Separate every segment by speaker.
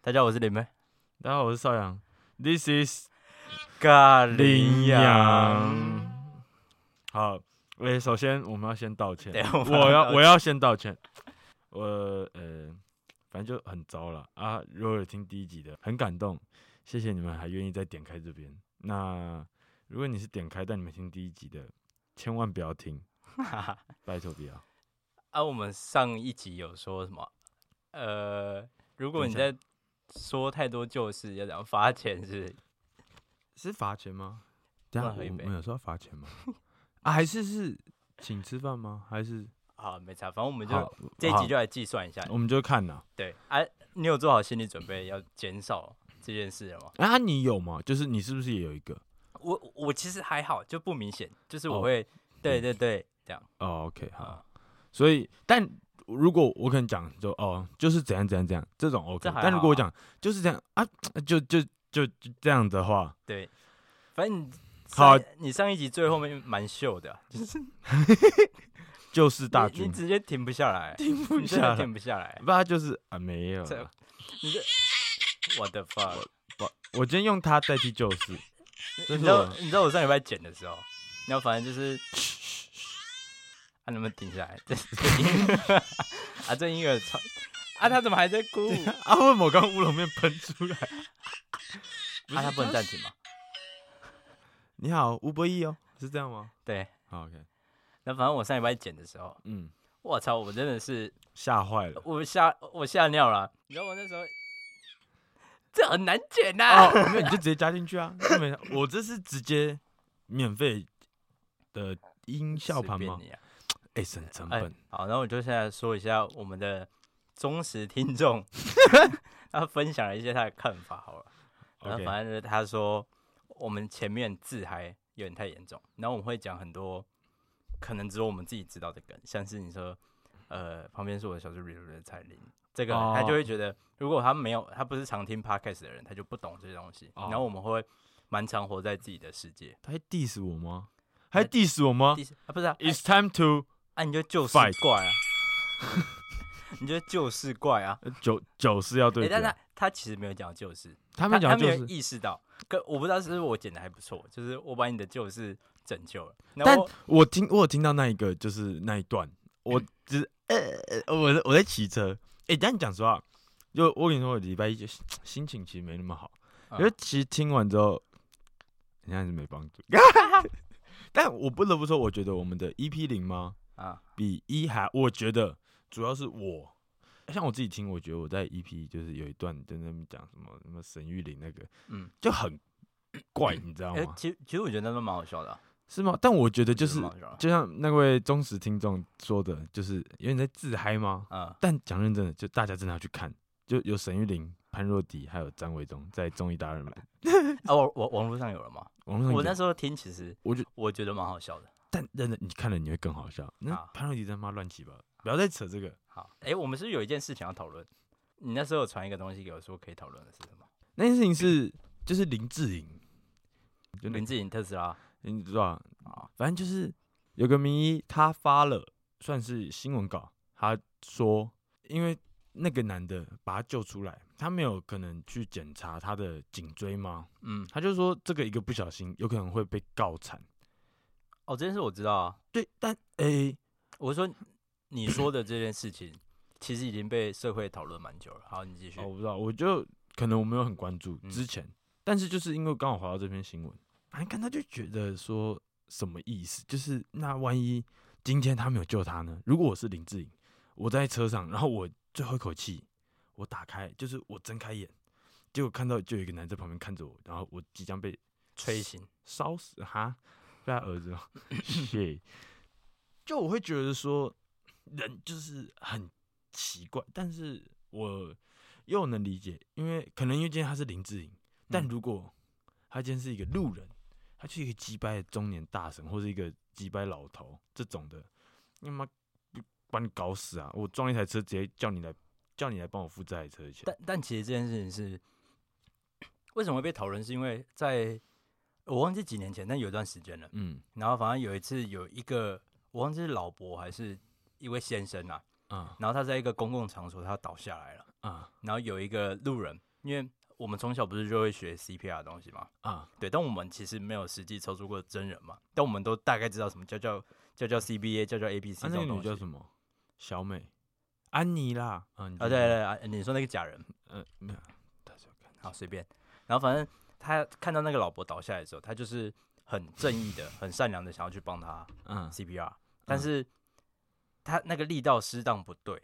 Speaker 1: 大家好，我是林妹。
Speaker 2: 大家好，我是邵阳。This is
Speaker 1: 咖
Speaker 2: 羚
Speaker 1: 羚羊，
Speaker 2: 羊。好，诶、首先我们要先道歉
Speaker 1: 对，我们要
Speaker 2: 我要
Speaker 1: 道
Speaker 2: 我要先道歉，我呃，反正就很糟了啊。如果有听第一集的，很感动，谢谢你们还愿意再点开这边。那如果你是点开但你们听第一集的，千万不 要听，拜托不要。
Speaker 1: 啊，我们上一集有说什么？呃，如果
Speaker 2: 等一
Speaker 1: 你
Speaker 2: 下
Speaker 1: 在说太多旧事，要怎样罚钱是不是？
Speaker 2: 是罚钱吗？
Speaker 1: 不
Speaker 2: 等
Speaker 1: 然
Speaker 2: 下
Speaker 1: 喝一
Speaker 2: 我
Speaker 1: 杯
Speaker 2: 们有说要罚钱吗？啊，还是是请吃饭吗？还是
Speaker 1: 好，没差，反正我们就
Speaker 2: 好
Speaker 1: 这一
Speaker 2: 好
Speaker 1: 集就来计算一下。
Speaker 2: 我们就看啦。
Speaker 1: 对，啊，你有做好心理准备要减少这件事了吗？
Speaker 2: 啊，你有吗？就是你是不是也有一个？
Speaker 1: 我我其实还好，就不明显，就是我
Speaker 2: 哦
Speaker 1: 会，对
Speaker 2: 嗯
Speaker 1: 对对，这样
Speaker 2: 哦，OK，好。
Speaker 1: 啊，
Speaker 2: 所以，但如果我可能讲就哦，就是怎样怎样怎样这种 OK，
Speaker 1: 这还
Speaker 2: 但如
Speaker 1: 好
Speaker 2: 果我
Speaker 1: 啊
Speaker 2: 讲就是这样啊，就就就就这样的话，
Speaker 1: 对，反正你
Speaker 2: 好
Speaker 1: 上，你上一集最后面蛮秀的啊，就是
Speaker 2: 就是大
Speaker 1: 你你
Speaker 2: 军
Speaker 1: 直接停不下来，
Speaker 2: 停不
Speaker 1: 你真的
Speaker 2: 下来
Speaker 1: 停，不下来，
Speaker 2: 不，他就是啊，没有
Speaker 1: 这
Speaker 2: 啦，
Speaker 1: 你这，我的 fuck，
Speaker 2: 我今天用它代替旧事，这
Speaker 1: 你
Speaker 2: 是
Speaker 1: 知道
Speaker 2: 我
Speaker 1: 你知道我上礼拜剪的时候，然后反正就是，啊，能不能停下来？ 这这音乐，啊，这音乐超，啊，他怎么还在哭？啊，
Speaker 2: 啊，为什么我刚刚乌龙面喷出来？ 不
Speaker 1: 啊他
Speaker 2: 是
Speaker 1: 不能
Speaker 2: 它
Speaker 1: 暂
Speaker 2: 是
Speaker 1: 停吗？
Speaker 2: 你好，吴博义哦，是这样吗？
Speaker 1: 对，
Speaker 2: 好，OK，
Speaker 1: 那反正我上礼拜剪的时候，
Speaker 2: 嗯，
Speaker 1: 我操，我真的是
Speaker 2: 吓坏了。
Speaker 1: 我吓我吓尿了，你知道我那时候，这很难剪呐、
Speaker 2: 哦，没有你就直接加进去啊，就没我这是直接免费的音效
Speaker 1: 随
Speaker 2: 盘
Speaker 1: 便
Speaker 2: 吗？
Speaker 1: 你啊
Speaker 2: 哎，省成
Speaker 1: 哎
Speaker 2: 本。
Speaker 1: 好，那我就现在说一下我们的忠实听 众，他分享了一些他的看法好了。然后
Speaker 2: OK，
Speaker 1: 反正就是他说我们前面自嗨有点太严重，然后我们会讲很多可能只有我们自己知道的梗，像是你说呃旁边是我的小助理的彩铃，这个
Speaker 2: 哦
Speaker 1: 他就会觉得如果他没有他不是常听 podcast 的人，他就不懂这些东西。然
Speaker 2: 哦
Speaker 1: 后我们会蛮常活在自己的世界，
Speaker 2: 他还 diss 我吗？还 diss 我吗
Speaker 1: 第四啊不是啊，
Speaker 2: ？It's time to
Speaker 1: 啊你就就是
Speaker 2: Fight
Speaker 1: 怪啊， 你就就是怪啊。
Speaker 2: 呃九九是要
Speaker 1: 哎、
Speaker 2: 对
Speaker 1: 但
Speaker 2: 决
Speaker 1: 他，他其实没有讲旧事，
Speaker 2: 他
Speaker 1: 他
Speaker 2: 们讲
Speaker 1: 他
Speaker 2: 的就
Speaker 1: 没有
Speaker 2: 是，
Speaker 1: 意识到，可我不知道是不是我剪的还不错，就是我把你的旧事拯救了。然
Speaker 2: 但
Speaker 1: 后
Speaker 2: 我听我有听到那一个就是那一段，我只是呃呃我在我在骑车，哎，但你讲实话，就我跟你说，我礼拜一就心情其实没那么好，
Speaker 1: 嗯
Speaker 2: 因为其实听完之后，人家还是没帮助。 但我不得不说，我觉得我们的 EP 零吗，
Speaker 1: 啊，
Speaker 2: 比一还，我觉得主要是我，像我自己听，我觉得我在 EP 就是有一段在那边讲什么什么沈玉玲那个，
Speaker 1: 嗯，
Speaker 2: 就很怪，你知道
Speaker 1: 哎、
Speaker 2: 吗？
Speaker 1: 其实其实我觉得那都蛮好笑的啊、
Speaker 2: 是吗？但我觉得就
Speaker 1: 真
Speaker 2: 是
Speaker 1: 的蛮好笑的
Speaker 2: 就像那位忠实听众说的，就是有点在自嗨吗？
Speaker 1: 嗯，
Speaker 2: 但讲认真的，就大家真的要去看，就有沈玉玲、潘若迪还有张伟忠在综艺达人版
Speaker 1: 啊，我我网络上有了吗？
Speaker 2: 网络上
Speaker 1: 我
Speaker 2: 有
Speaker 1: 那时候听，其实
Speaker 2: 我就
Speaker 1: 我觉得蛮好笑的。
Speaker 2: 但真的你看了你会更好笑。那
Speaker 1: 好
Speaker 2: 潘若迪在妈乱七八糟，不要再扯这个。
Speaker 1: 好，哎、我们是不是有一件事情要讨论？你那时候有传一个东西给我说可以讨论的是什么？
Speaker 2: 那件事情是就是林志颖，就那
Speaker 1: 林志颖特斯拉
Speaker 2: 你知道
Speaker 1: 啊，
Speaker 2: 反正就是有个名医，他发了算是新闻稿，他说因为那个男的把他救出来，他没有可能去检查他的颈椎吗？
Speaker 1: 嗯，
Speaker 2: 他就说这个一个不小心有可能会被告惨。
Speaker 1: 哦，这件事我知道啊。
Speaker 2: 对，但诶、
Speaker 1: 我说你说的这件事情，其实已经被社会讨论蛮久了。好，你继续。
Speaker 2: 哦，我不知道，我就可能我没有很关注
Speaker 1: 嗯
Speaker 2: 之前，但是就是因为刚好滑到这篇新闻，反正看他就觉得说什么意思？就是那万一今天他没有救他呢？如果我是林志颖，我在车上，然后我最后一口气，我打开，就是我睁开眼，结果看到就有一个男在旁边看着我，然后我即将被
Speaker 1: 吹醒，
Speaker 2: 烧死哈，被他儿子吗？是，就我会觉得说人就是很奇怪，但是我又能理解，因为可能因为今天他是林志颖，但
Speaker 1: 嗯
Speaker 2: 如果他今天是一个路人，他是一个击败的中年大神或是一个击败老头这种的，你妈不把你搞死啊！我撞一台车，直接叫你来叫你来帮我付这台车的钱。
Speaker 1: 但但其实这件事情是为什么会被讨论，是因为在我忘记几年前，但有一段时间了。
Speaker 2: 嗯
Speaker 1: 然后反正有一次有一个我忘记是老伯还是一位先生啊，
Speaker 2: 啊
Speaker 1: 然后他在一个公共场所他倒下来了，
Speaker 2: 啊
Speaker 1: 然后有一个路人因为我们从小不是就会学 CPR 的东西嘛，
Speaker 2: 啊，
Speaker 1: 对，但我们其实没有实际操作过真人嘛，但我们都大概知道什么叫叫叫叫 CBA，叫叫 ABC 这
Speaker 2: 啊那个
Speaker 1: 种东
Speaker 2: 女
Speaker 1: 西。
Speaker 2: 叫什么？小美，安妮啦，啊，你
Speaker 1: 啊，对
Speaker 2: 知道
Speaker 1: 对
Speaker 2: 吗，
Speaker 1: 对啊，你说那个假人，
Speaker 2: 呃，没有，大家看，
Speaker 1: 好随便。然后反正他看到那个老婆倒下来的时候，他就是很正义的、很善良的，想要去帮她
Speaker 2: 嗯，
Speaker 1: CPR，但是他那个力道适当不对，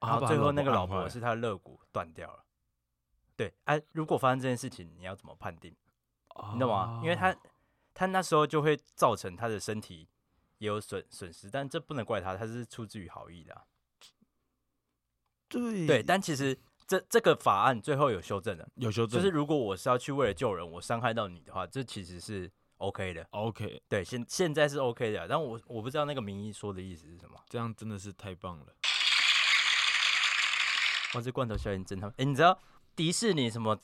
Speaker 1: 然
Speaker 2: 啊
Speaker 1: 后最后那个老
Speaker 2: 婆
Speaker 1: 婆是他的肋骨断掉了。对，哎、如果发生这件事情，你要怎么判定？你懂吗？因为
Speaker 2: 哦
Speaker 1: 他他那时候就会造成他的身体也有损损失，但这不能怪他，他是出自于好意的啊、
Speaker 2: 对
Speaker 1: 对，但其实这这个法案最后有修正的，
Speaker 2: 有修
Speaker 1: 就
Speaker 2: 正，
Speaker 1: 是如果我是要去为了救人，我伤害到你的话，这其实是 OK 的。
Speaker 2: OK，
Speaker 1: 对，现现在是 OK 的啊，但我我不知道那个名医说的意思是什么。
Speaker 2: 这样真的是太棒了。
Speaker 1: 哇，这罐头效应真他妈！哎，你知道迪士尼什么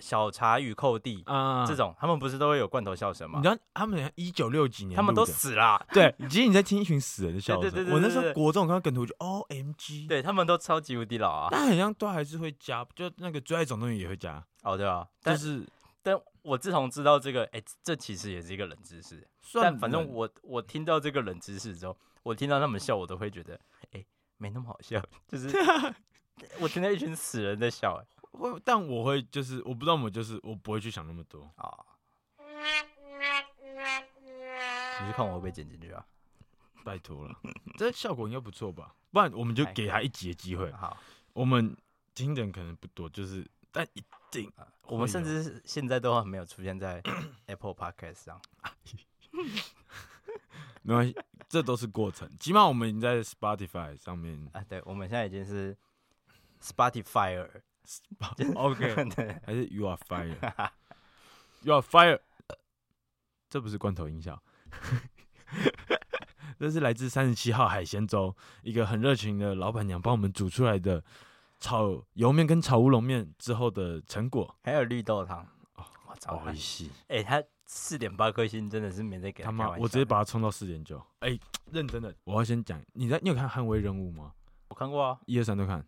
Speaker 1: 小茶与寇弟、
Speaker 2: 啊，
Speaker 1: 这种，他们不是都会有罐头笑声吗
Speaker 2: 你知？道他们一九六几年
Speaker 1: 他们都
Speaker 2: 录的
Speaker 1: 死了啊、
Speaker 2: 对，其实你在听一群死人的笑
Speaker 1: 对对
Speaker 2: 声。
Speaker 1: 对
Speaker 2: 我那
Speaker 1: 对
Speaker 2: 时候
Speaker 1: 对
Speaker 2: 国中看到梗图，我就 O M G。，
Speaker 1: 对他们都超级无敌老啊！
Speaker 2: 但好像都还是会加，就那个《最爱总动员》也会加，
Speaker 1: 哦，对啊，但
Speaker 2: 就是是
Speaker 1: 但我自从知道这个，哎、这其实也是一个冷知识。
Speaker 2: 算
Speaker 1: 但反正
Speaker 2: 啊冷
Speaker 1: 我我听到这个冷知识之后，我听到他们笑，我都会觉得，哎、没那么好笑。就是 我听到一群死人在笑、哎，
Speaker 2: 我但我会就是我不知道我就是我不会去想那么多，
Speaker 1: 啊、你是看我会不会剪进去啊？
Speaker 2: 拜托了，这效果应该不错吧？不然我们就
Speaker 1: 哎
Speaker 2: 给他一集的机会。
Speaker 1: 好，
Speaker 2: 我们听的人可能不多，就是但一定
Speaker 1: 啊我们
Speaker 2: 会
Speaker 1: 甚
Speaker 2: 有
Speaker 1: 至是现在都还没有出现 在 Apple Podcast 上。
Speaker 2: 没关系，这都是过程。起码我们已经在 Spotify 上面
Speaker 1: 啊，对，我们现在已经是 Spotify 了。啊
Speaker 2: ，OK，
Speaker 1: 对，
Speaker 2: 还是 You are fire，You are fire，这不是罐头音效，这是来自三十七号海鲜粥一个很热情的老板娘帮我们煮出来的炒油面跟炒乌龙面之后的成果。哦
Speaker 1: 还有绿豆汤。哦我操！
Speaker 2: 好戏，
Speaker 1: 哎、他四点八颗星真的是没在给
Speaker 2: 他
Speaker 1: 开
Speaker 2: 妈，
Speaker 1: 玩
Speaker 2: 我
Speaker 1: 笑
Speaker 2: 直接
Speaker 1: 的
Speaker 2: 把它冲到四点九。哎，认真的，我要先讲，你在你有看《捍卫任务》吗？
Speaker 1: 我看过啊，
Speaker 2: 一二三都看，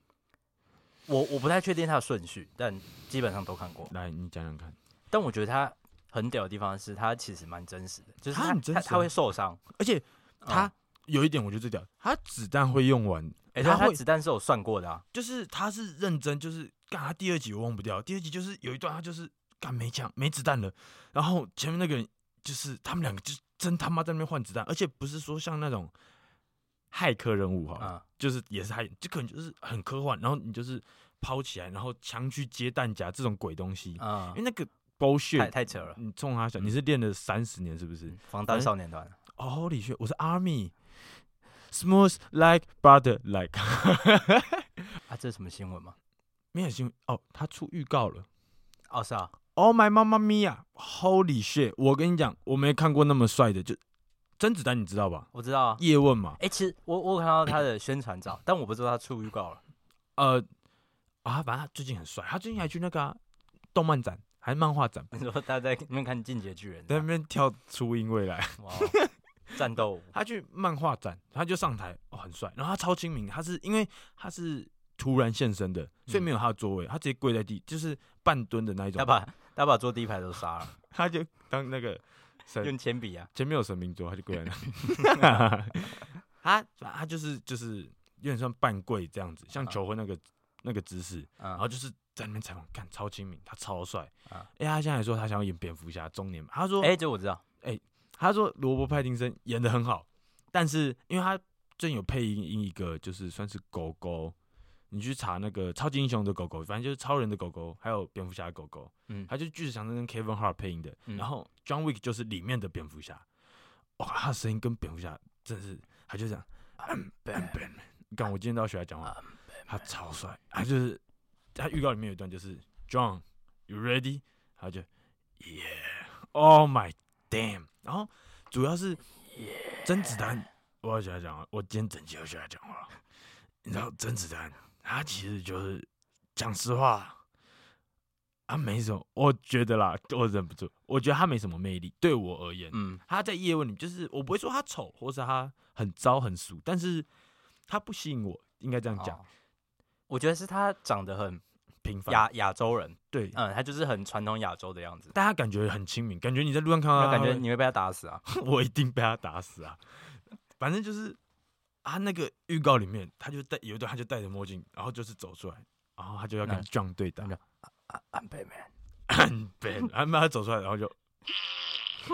Speaker 1: 我我不太确定它的顺序，但基本上都看过。
Speaker 2: 来你讲讲看。
Speaker 1: 但我觉得它很屌的地方是，它其实蛮真实的，就是
Speaker 2: 它
Speaker 1: 它
Speaker 2: 很真
Speaker 1: 它
Speaker 2: 实
Speaker 1: 它
Speaker 2: 啊
Speaker 1: 会受伤，
Speaker 2: 而且它
Speaker 1: 嗯
Speaker 2: 啊有一点我觉得最屌，它子弹会用完，
Speaker 1: 哎、
Speaker 2: 它
Speaker 1: 它它
Speaker 2: 会
Speaker 1: 子弹是有算过的啊，
Speaker 2: 就是他是认真，就是干他第二集我忘不掉，第二集就是有一段他就是干没枪没子弹了，然后前面那个人就是他们两个就是真他妈在那边换子弹，而且不是说像那种骇客任务哈，
Speaker 1: 嗯，
Speaker 2: 就是也是骇，就可能就是很科幻，然后你就是抛起来，然后枪去接弹夹这种鬼东西，因为
Speaker 1: 嗯，
Speaker 2: 那个
Speaker 1: 太
Speaker 2: bullshit。
Speaker 1: 太扯了。嗯
Speaker 2: 你冲他想，你是练了三十年是不是？
Speaker 1: 防
Speaker 2: 反
Speaker 1: 弹
Speaker 2: 正
Speaker 1: 少年团，
Speaker 2: 哦、Holy shit！我是 Army，smooth like brother like，
Speaker 1: 啊，这是什么新闻吗？
Speaker 2: 没有新闻哦，他出预告了。
Speaker 1: 哦，是啊，
Speaker 2: Oh my mama mia！Holy shit！我跟你讲，我没看过那么帅的，就甄子丹，你知道吧？
Speaker 1: 我知道啊。
Speaker 2: 叶问嘛，
Speaker 1: 哎、其实我我有看到他的宣传照，但我不知道他出预告了。
Speaker 2: 呃，啊，反正他最近很帅，他最近还去那个啊、动漫展还是漫画展，
Speaker 1: 你说他在那边看《进阶巨人》啊
Speaker 2: 在那边跳初音未来，
Speaker 1: 哇，战斗舞
Speaker 2: 他去漫画展，他就上台，哦，很帅，然后他超亲民，他是因为他是突然现身的，所以没有他的座位，他直接跪在地，就是半蹲的那一
Speaker 1: 他，
Speaker 2: 种
Speaker 1: 嗯把他把坐第一排都杀了，
Speaker 2: 他就当那个神
Speaker 1: 用铅笔啊，
Speaker 2: 前面有神明桌，他就跪在 那里。他反他就是就是有点像半跪这样子，像
Speaker 1: 啊
Speaker 2: 求婚那个那个姿势，然
Speaker 1: 嗯，
Speaker 2: 后就是在那边采访，看超亲民，他超帅。哎、
Speaker 1: 啊
Speaker 2: 他现在还说他想要演蝙蝠侠中年版，他说，
Speaker 1: 哎、这我知道，
Speaker 2: 他说罗伯·派丁森演的很好，但是因为他最近有配音音一个就是算是狗狗，你去查那个超级英雄的狗狗，反正就是超人的狗狗，还有蝙蝠侠的狗狗，
Speaker 1: 嗯
Speaker 2: 他就是巨石强森跟 Kevin Hart 配音的，
Speaker 1: 嗯
Speaker 2: 然后 John Wick 就是里面的蝙蝠侠，哇，他的声音跟蝙蝠侠真的是，他就这样，
Speaker 1: Batman
Speaker 2: 干我今天都要学他讲话，他超帅，他就是他预告里面有一段就是 John you ready，他就 yeah，oh my damn，然后主要是甄子丹，我要学他讲话，我今天整集要学他讲话，你知道甄子丹他其实就是讲实话。他没什么，我觉得啦，我忍不住，我觉得他没什么魅力。对我而言，
Speaker 1: 嗯，
Speaker 2: 他在叶问里，就是我不会说他丑，或是他很糟很俗，
Speaker 1: 哦
Speaker 2: 但是他不吸引我，应该这样讲。
Speaker 1: 哦我觉得是他长得很
Speaker 2: 平凡，
Speaker 1: 亚亚洲人，
Speaker 2: 对，
Speaker 1: 嗯，他就是很传统亚洲的样子，
Speaker 2: 大家感觉很亲民，感觉你在路上看到
Speaker 1: 那
Speaker 2: 他，
Speaker 1: 感觉你会被他打死啊！
Speaker 2: 我一定被他打死啊！反正就是啊，那个预告里面，他就戴有一段，他就戴着墨镜，然后就是走出来，然后他就要跟
Speaker 1: 嗯
Speaker 2: John 对打
Speaker 1: 嗯， 安倍 man，
Speaker 2: 很白，然后他走出来，然后就，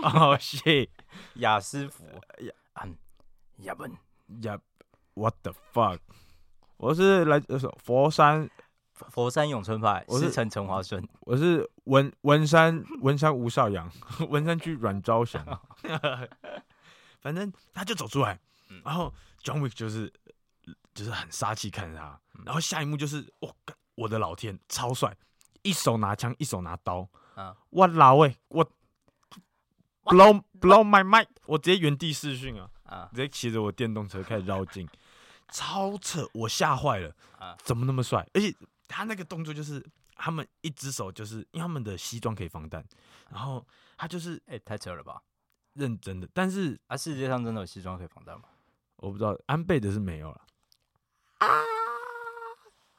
Speaker 2: 哦，shit，
Speaker 1: 雅师傅，嗯，亚本，
Speaker 2: 呀，what the fuck！我是来呃佛山，
Speaker 1: 佛山咏春派，
Speaker 2: 我是
Speaker 1: 师承陈华顺，
Speaker 2: 我是文文山文山吴少阳， 文山区阮昭祥， 反正他就走出来
Speaker 1: 嗯，
Speaker 2: 然后 John Wick 就是就是很杀气看着他，
Speaker 1: 嗯
Speaker 2: 然后下一幕就是我我的老天，超帅，一手拿枪，一手拿刀，
Speaker 1: 嗯
Speaker 2: 我老喂，我 blow blow my mind，我直接原地视讯啊，
Speaker 1: 啊，
Speaker 2: 直接骑着我电动车开始绕境，超扯，我吓坏了
Speaker 1: 啊，
Speaker 2: 怎么那么帅？而且他那个动作就是，他们一只手就是因为他们的西装可以防弹，然后他就是
Speaker 1: 哎，太扯了吧！
Speaker 2: 认真的，但是
Speaker 1: 啊，世界上真的有西装可以防弹吗？
Speaker 2: 我不知道安倍的是没有了啊，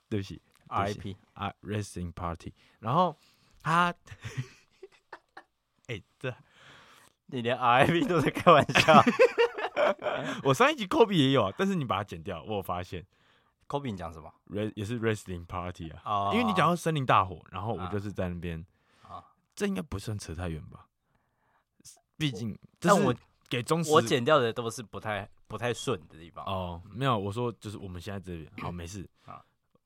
Speaker 2: 对不起
Speaker 1: RIP
Speaker 2: 啊，Racing Party，然后他， 哎、这
Speaker 1: 你连 RIP 都在开玩 笑。
Speaker 2: 我上一集 Kobe 也有啊，但是你把它剪掉，我有发现
Speaker 1: Kobe，你讲什么？
Speaker 2: ，Ra 也是 Racing Party 啊，
Speaker 1: 哦
Speaker 2: 因为你讲到森林大火，然后我
Speaker 1: 啊
Speaker 2: 就是在那边，
Speaker 1: 啊，
Speaker 2: 这应该不算扯太远吧？毕竟，
Speaker 1: 但
Speaker 2: 这是
Speaker 1: 我
Speaker 2: 给忠实
Speaker 1: 我剪掉的都是不太不太顺的地方。
Speaker 2: 哦，没有，我说就是我们现在这边好没事
Speaker 1: 啊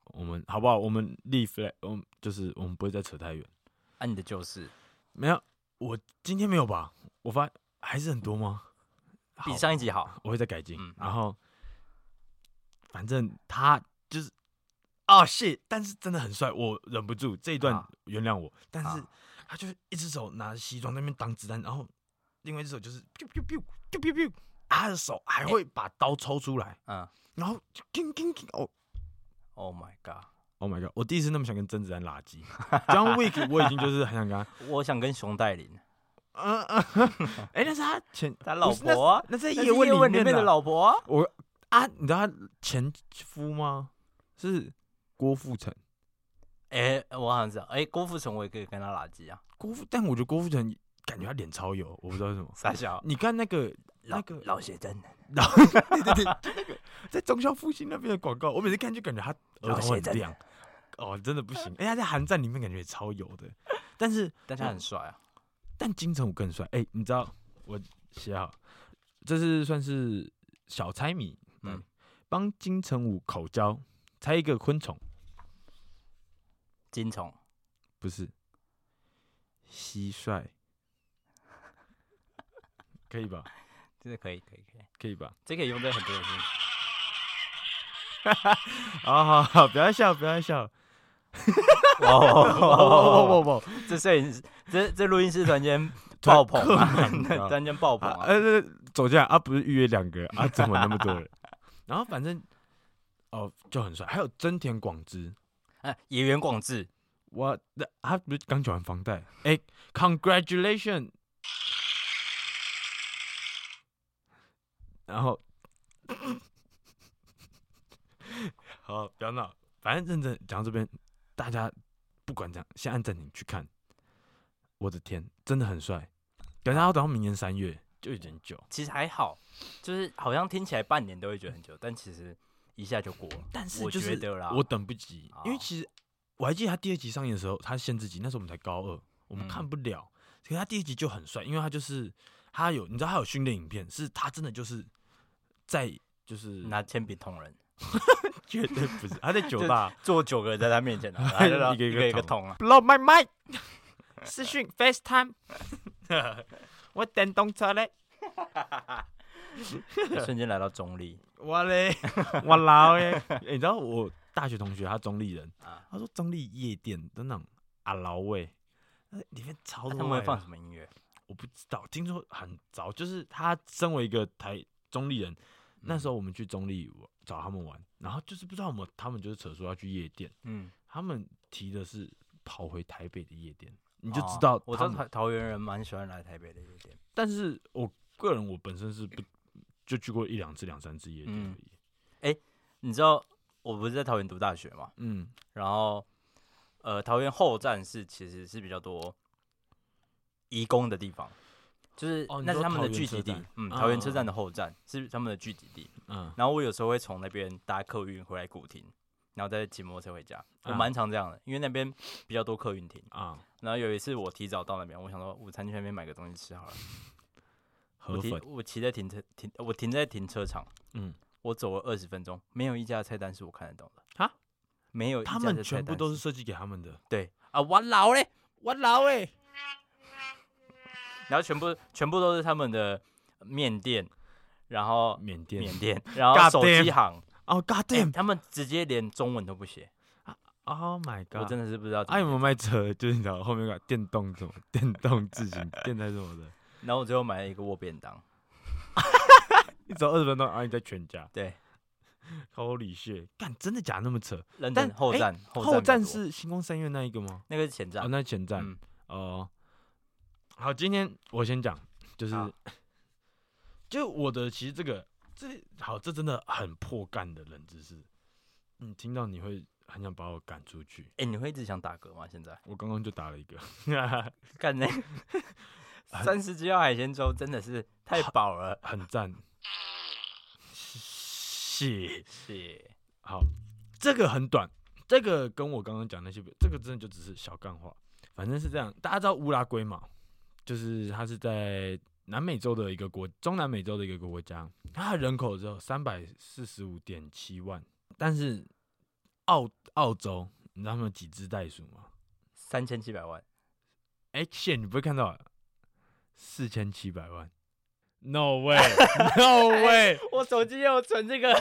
Speaker 2: 我们好不好？我们立 flag，我们就是我们不会再扯太远。
Speaker 1: 啊，你的就是
Speaker 2: 没有，我今天没有吧？我发还是很多吗？好
Speaker 1: 比上一集好。
Speaker 2: 我会再改进。
Speaker 1: 嗯
Speaker 2: 然后，反正他就是啊、shit，但是真的很帅，我忍不住这一段
Speaker 1: 啊
Speaker 2: 原谅我。但是
Speaker 1: 啊
Speaker 2: 他就是一只手拿着西装在那边挡子弹，然后另外一只手就是 biu biu biu biu biu biu，他的手还会把刀抽出来，
Speaker 1: 嗯
Speaker 2: 然后就叮叮叮哦。
Speaker 1: ，Oh my god，
Speaker 2: Oh my god！我第一次那么想跟甄子丹拉 鸡，John Wick 我已经就是很想跟他，
Speaker 1: 我想跟熊黛林，
Speaker 2: 嗯嗯， 哎、那是他前
Speaker 1: 他老
Speaker 2: 不是那
Speaker 1: 婆啊，
Speaker 2: 那是
Speaker 1: 那
Speaker 2: 在
Speaker 1: 是
Speaker 2: 叶问
Speaker 1: 叶问
Speaker 2: 面
Speaker 1: 面的
Speaker 2: 啊
Speaker 1: 老婆啊。
Speaker 2: 我啊，你知道他前夫吗？是郭富城。
Speaker 1: 哎，我好像知道。哎，郭富城我也可以跟他拉鸡啊，。
Speaker 2: 郭富，但我觉得郭富城感觉他脸超油，我不知道是什么
Speaker 1: 傻笑。
Speaker 2: 你看那个
Speaker 1: 老
Speaker 2: 那个，
Speaker 1: 老写真，
Speaker 2: 对对对，就 那个在中校复兴那边的广告，我每次看就感觉他额
Speaker 1: 老
Speaker 2: 头
Speaker 1: 写
Speaker 2: 很
Speaker 1: 真，
Speaker 2: 亮。哦，真的不行。哎、他在寒战里面感觉也超油的，但是
Speaker 1: 但他很帅啊。
Speaker 2: 但金城武更帅。哎、你知道我写好，这是算是小猜谜，嗯
Speaker 1: 嗯，
Speaker 2: 帮金城武口交，猜一个昆虫。
Speaker 1: 金虫，
Speaker 2: 不是，蟋蟀，可以吧？
Speaker 1: 这个可以，可以，可以，
Speaker 2: 可以吧？
Speaker 1: 这可以用在很多人身上。
Speaker 2: 啊，好好，不要笑，不要笑，
Speaker 1: 哇哇哇哇哇哇！
Speaker 2: 不不，
Speaker 1: 哦 这摄影师，这这录音师突然间爆棚 啊，突然间爆棚
Speaker 2: 啊
Speaker 1: 啊！
Speaker 2: 呃，走进来啊，不是预约两个啊，怎么那么多人？然后反正哦就很帅，还有真田广之，
Speaker 1: 哎，野原广志，
Speaker 2: 我那他不是刚缴完房贷？哎，congratulation，然后 好，不要闹，反正认真讲到这边，大家不管怎样，先按暂停去看。我的天，真的很帅，等下要等到明年三月就有点久，
Speaker 1: 其实还好，就是好像听起来半年都会觉得很久，但其实一下就过了。
Speaker 2: 但是
Speaker 1: 我
Speaker 2: 就
Speaker 1: 觉
Speaker 2: 是
Speaker 1: 得啦，
Speaker 2: 我等不及，因为
Speaker 1: 哦
Speaker 2: 其实我还记得他第二集上映的时候，他限制级，那时候我们才高二，我
Speaker 1: 嗯
Speaker 2: 们看不了。可是他第一集就很帅，因为他就是他有，你知道他有训练影片，是他真的就是在就是
Speaker 1: 拿铅笔捅人，
Speaker 2: 绝对不是他在酒 吧
Speaker 1: 坐九个人在他面 前啊，然后
Speaker 2: 一个
Speaker 1: 就
Speaker 2: 一
Speaker 1: 一
Speaker 2: 个
Speaker 1: 个一个
Speaker 2: 捅
Speaker 1: 捅啊。
Speaker 2: blow my mind，私讯 FaceTime，我等动车嘞，
Speaker 1: 瞬间来到中立，
Speaker 2: 我 嘞，我 老嘞、欸你知道我大学同学他中立人，
Speaker 1: 啊
Speaker 2: 他说中立夜店的那种阿劳味，那里面超
Speaker 1: 那他
Speaker 2: 多啊
Speaker 1: 们会
Speaker 2: 外
Speaker 1: 放
Speaker 2: 劳
Speaker 1: 什么音乐？
Speaker 2: 我不知道，听说很早，就是他身为一个台中立人，那
Speaker 1: 嗯
Speaker 2: 时候我们去中立玩找他们玩，然后就是不知道我们他们就是扯说要去夜店，
Speaker 1: 嗯，
Speaker 2: 他们提的是跑回台北的夜店，你就知
Speaker 1: 哦
Speaker 2: 道
Speaker 1: 我知
Speaker 2: 他
Speaker 1: 道
Speaker 2: 们
Speaker 1: 桃桃园人蛮喜欢来台北的夜店，
Speaker 2: 但是我个人我本身是不就去过一两次、两三次夜店而
Speaker 1: 嗯
Speaker 2: 已。
Speaker 1: 你知道我不是在桃园读大学嘛，
Speaker 2: 嗯
Speaker 1: 然后呃，桃园后站是其实是比较多移工的地方，就是、
Speaker 2: 哦你
Speaker 1: 那是
Speaker 2: 说
Speaker 1: 他们的
Speaker 2: 桃园
Speaker 1: 聚
Speaker 2: 车
Speaker 1: 集地
Speaker 2: 站。
Speaker 1: 嗯，桃园
Speaker 2: 嗯
Speaker 1: 车
Speaker 2: 嗯
Speaker 1: 站的后站是他们的聚集地。
Speaker 2: 嗯，
Speaker 1: 然后我有时候会从那边搭客运回来古亭，然后再骑摩托车回家。我
Speaker 2: 嗯
Speaker 1: 蛮常这样的，因为那边比较多客运亭。
Speaker 2: 啊，
Speaker 1: 然后有一次我提早到那边，我想说午餐去那边买个东西吃好了。我
Speaker 2: 河
Speaker 1: 停
Speaker 2: 粉，
Speaker 1: 我骑在停车停我停在停车场，
Speaker 2: 嗯，
Speaker 1: 我走了二十分钟，没有一家的菜单是我看得懂的
Speaker 2: 哈，
Speaker 1: 没有一
Speaker 2: 他
Speaker 1: 家
Speaker 2: 们
Speaker 1: 的菜
Speaker 2: 全部
Speaker 1: 单
Speaker 2: 都是设计给他们的。
Speaker 1: 对啊，我老欸嘞，
Speaker 2: 我老哎，
Speaker 1: 然后全部全部都是他们的面店，然后
Speaker 2: 缅甸
Speaker 1: 缅甸，然后
Speaker 2: God
Speaker 1: 手机行，
Speaker 2: 哦，God
Speaker 1: 对，
Speaker 2: damn，
Speaker 1: 他们直接连中文都不写，
Speaker 2: Oh my
Speaker 1: 哎我
Speaker 2: god！
Speaker 1: 真的是不知道怎
Speaker 2: 啊，
Speaker 1: 么
Speaker 2: 有
Speaker 1: 解
Speaker 2: 没有卖车？ 就是你知道后面有个电动什么电动自行电带什么的，
Speaker 1: 然后我最后买了一个握便当，
Speaker 2: 你走二十分钟，啊然后你在全家
Speaker 1: 对，
Speaker 2: ，Holy shit！干，真的假的那么扯？
Speaker 1: 认
Speaker 2: 但
Speaker 1: 真后
Speaker 2: 哎
Speaker 1: 站、
Speaker 2: 后
Speaker 1: 站
Speaker 2: 站
Speaker 1: 比较多
Speaker 2: 是星光三院那一个吗？
Speaker 1: 那个是前站，
Speaker 2: 哦，那是前站
Speaker 1: 嗯
Speaker 2: 哦。好，今天我先讲，就是
Speaker 1: 好
Speaker 2: 就我的其实这个这好，这真的很破干的冷知识，你听到你会很想把我赶出去。
Speaker 1: 哎，你会一直想打嗝吗？现在
Speaker 2: 我刚刚就打了一个，
Speaker 1: 干那三十几号海鲜粥真的是太饱了，
Speaker 2: 很赞。谢。
Speaker 1: 谢。
Speaker 2: 好，这个很短，这个跟我刚刚讲那些，这个真的就只是小干话。反正是这样，大家知道乌拉圭嘛，就是它是在南美洲的一个国，中南美洲的一个国家，它的人口只有三百四十五点七万，但是澳澳洲，你知道他们有几只袋鼠吗？
Speaker 1: 三千七百万，
Speaker 2: 哎、线你不会看到四千七百万，No way，No way，No
Speaker 1: 我手机有存这个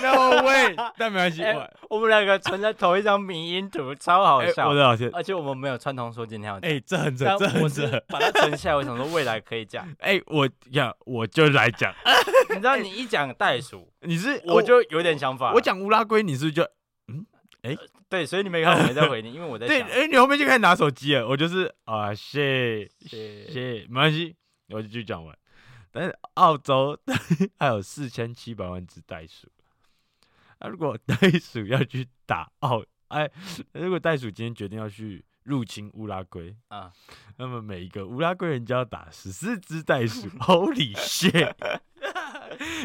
Speaker 2: way，但没关系，
Speaker 1: 哎
Speaker 2: 我
Speaker 1: 我们两个存在同一张迷因图，超好
Speaker 2: 哎
Speaker 1: 笑。
Speaker 2: 我的老天，
Speaker 1: 而且我们没有串通说今天要讲，
Speaker 2: 哎、这很准
Speaker 1: 但，
Speaker 2: 这
Speaker 1: 我
Speaker 2: 很
Speaker 1: 是
Speaker 2: 准。
Speaker 1: 把它存下来，我想说未来可以讲。
Speaker 2: 哎、我呀，我就来讲，
Speaker 1: 你知道你一讲袋鼠，
Speaker 2: 你是
Speaker 1: 我就有点想法了。
Speaker 2: 我讲乌拉圭，你是不是就
Speaker 1: 对，所以你没看我没在回你，因为我在
Speaker 2: 对？
Speaker 1: 想。
Speaker 2: 哎、你后面就开始拿手机了，我就是啊，谢
Speaker 1: 是
Speaker 2: 谢，没关系，我就继续讲完。但是澳洲 还有四千七百万只袋鼠，啊，如果袋鼠要去打澳，哎，如果袋鼠今天决定要去入侵乌拉圭，
Speaker 1: 啊，
Speaker 2: 那么每一个乌拉圭人就要打十四只袋鼠 ，Holy shit！哎、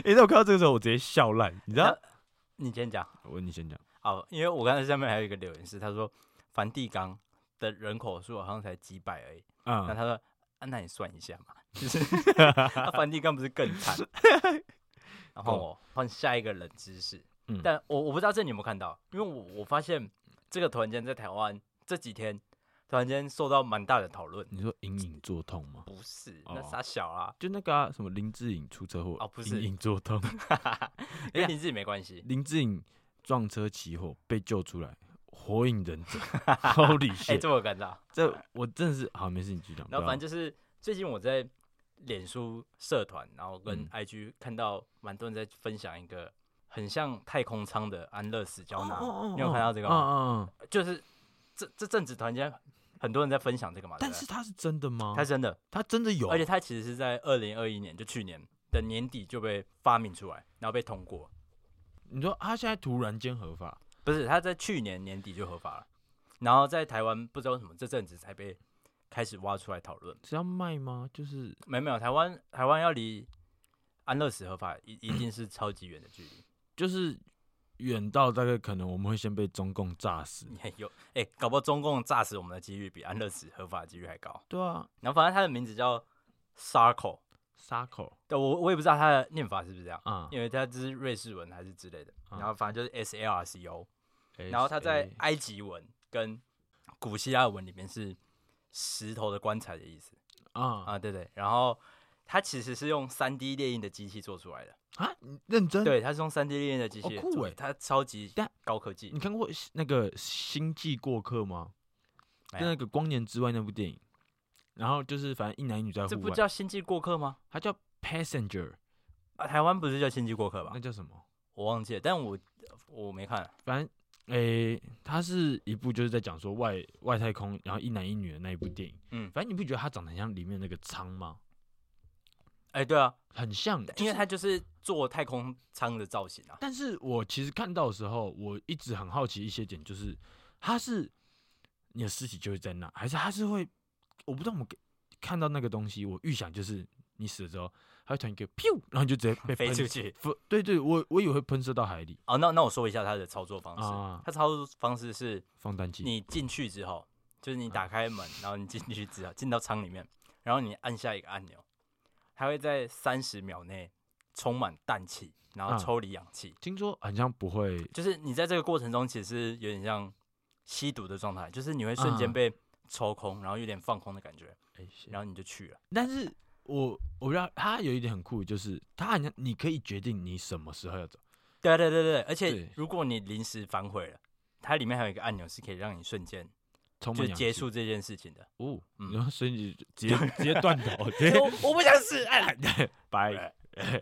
Speaker 2: 那我看到这个时候，我直接笑烂，你知道？
Speaker 1: 你先讲
Speaker 2: 我你先讲。
Speaker 1: 哦，因为我刚才下面还有一个留言是，他说梵蒂冈的人口数好像才几百而已，那
Speaker 2: 啊，
Speaker 1: 他说啊，那你算一下嘛，就是 啊梵蒂冈不是更惨？然后我换下一个冷知识，
Speaker 2: 嗯
Speaker 1: 但我我不知道这你有没有看到，因为我我发现这个突然间在台湾这几天突然间受到蛮大的讨论，
Speaker 2: 你说隐隐作痛吗？
Speaker 1: 不是那
Speaker 2: 嗯哦
Speaker 1: 傻小 啊，
Speaker 2: 就那个、啊、什么林志颖出车祸
Speaker 1: 哦不是
Speaker 2: 隐隐 作痛。
Speaker 1: 跟
Speaker 2: 呀
Speaker 1: 你自己没关 系，
Speaker 2: 林志颖撞车起火被救出来，火影 忍者，Holy
Speaker 1: 哎、
Speaker 2: shit！
Speaker 1: 这我看到，
Speaker 2: 这我真的是好，没事，你继续讲。
Speaker 1: 然后
Speaker 2: 不
Speaker 1: 反
Speaker 2: 要
Speaker 1: 正就是最近我在脸书社团，然后跟
Speaker 2: 嗯
Speaker 1: IG 看到蛮多人在分享一个很像太空舱的安乐死胶囊，
Speaker 2: 哦
Speaker 1: 你有看到这个吗
Speaker 2: 嗯嗯嗯，
Speaker 1: 就是这这阵子突然间很多人在分享这个嘛，对
Speaker 2: 但
Speaker 1: 不对
Speaker 2: 是他是真的吗？
Speaker 1: 它真的，
Speaker 2: 他真的有，
Speaker 1: 而且它其实是在二零二一年，就去年的年底就被发明出来，然后被通过，
Speaker 2: 你说他现在突然间合法，
Speaker 1: 不是它在去年年底就合法了，然后在台湾不知道为什么这阵子才被开始挖出来讨论。
Speaker 2: 是要卖吗？就是
Speaker 1: 没没有，台湾台湾要离安乐死合法一一定是超级远的距离。
Speaker 2: 就是远到大概可能我们会先被中共炸死。
Speaker 1: 你看有哎、搞不好中共炸死我们的几率比安乐死合法的几率还高。
Speaker 2: 对啊，
Speaker 1: 然后反正他的名字叫 Sarko，
Speaker 2: 沙口
Speaker 1: 对我我也不知道他的念法是不是这样，
Speaker 2: 啊，
Speaker 1: 因为他这是瑞士文还是之类的。
Speaker 2: 嗯
Speaker 1: 然后反正就是 S L R C O，
Speaker 2: S
Speaker 1: 然后他在
Speaker 2: A
Speaker 1: 埃及文跟古希腊文里面是石头的棺材的意思
Speaker 2: 啊
Speaker 1: 啊，对对。然后它其实是用三 D 列印的机器做出来的。
Speaker 2: 啊，你认真
Speaker 1: 对，它是用三 D 列印的机
Speaker 2: 好
Speaker 1: 器
Speaker 2: 酷
Speaker 1: 做
Speaker 2: 欸
Speaker 1: 的，它超级
Speaker 2: 但
Speaker 1: 高科技
Speaker 2: 你。看过那个《星际过客》吗？
Speaker 1: 没
Speaker 2: 跟那
Speaker 1: 有
Speaker 2: 个《光年之外》那部电影，然后就是反正一男一女在
Speaker 1: 这
Speaker 2: 户
Speaker 1: 不
Speaker 2: 外，
Speaker 1: 叫星际过客吗？
Speaker 2: 它叫 Passenger，
Speaker 1: 啊，台湾不是叫星际过客吧
Speaker 2: 那？叫什么？
Speaker 1: 我忘记了，但我我没看。啊
Speaker 2: 反正诶、它是一部就是在讲说外外太空，然后一男一女的那一部电影。
Speaker 1: 嗯
Speaker 2: 反正你不觉得它长得很像里面那个舱吗？
Speaker 1: 哎，对啊，
Speaker 2: 很像，
Speaker 1: 因为
Speaker 2: 就是
Speaker 1: 它就是做太空舱的造型啊。
Speaker 2: 但是我其实看到的时候，我一直很好奇一些点，就是它是你的尸体就会在那，还是它是会，我不知道我们给看到那个东西，我预想就是你死了之后，它会突然一个噗，然后你就直接被
Speaker 1: 飞
Speaker 2: 喷
Speaker 1: 出去。
Speaker 2: 不对对，我我以为会喷射到海里
Speaker 1: 哦，那那我说一下它的操作方式。
Speaker 2: 啊，
Speaker 1: 它操作方式是
Speaker 2: 放氮气，
Speaker 1: 哦你进去之后，就是
Speaker 2: 嗯
Speaker 1: 你打开门，然后你进去之后，进到舱里面，然后你按下一个按钮，它会在三十秒内充满氮气，然后
Speaker 2: 嗯
Speaker 1: 抽离氧气。
Speaker 2: 听说好像不会
Speaker 1: 就是你在这个过程中，其实有点像吸毒的状态，就是你会瞬间
Speaker 2: 嗯
Speaker 1: 被抽空，然后有点放空的感觉，
Speaker 2: 哎，
Speaker 1: 然后你就去了。
Speaker 2: 但是我我不知道，它有一点很酷，就是它好像你可以决定你什么时候要走。
Speaker 1: 对啊对对对，而且
Speaker 2: 对
Speaker 1: 如果你临时反悔了，它里面还有一个按钮是可以让你瞬间
Speaker 2: 充
Speaker 1: 就
Speaker 2: 满氧
Speaker 1: 结
Speaker 2: 气
Speaker 1: 束这件事情 的。
Speaker 2: 哦，
Speaker 1: 嗯
Speaker 2: 然后所以你就直接直接断 头，直接
Speaker 1: 我我不想死，哎，
Speaker 2: 拜。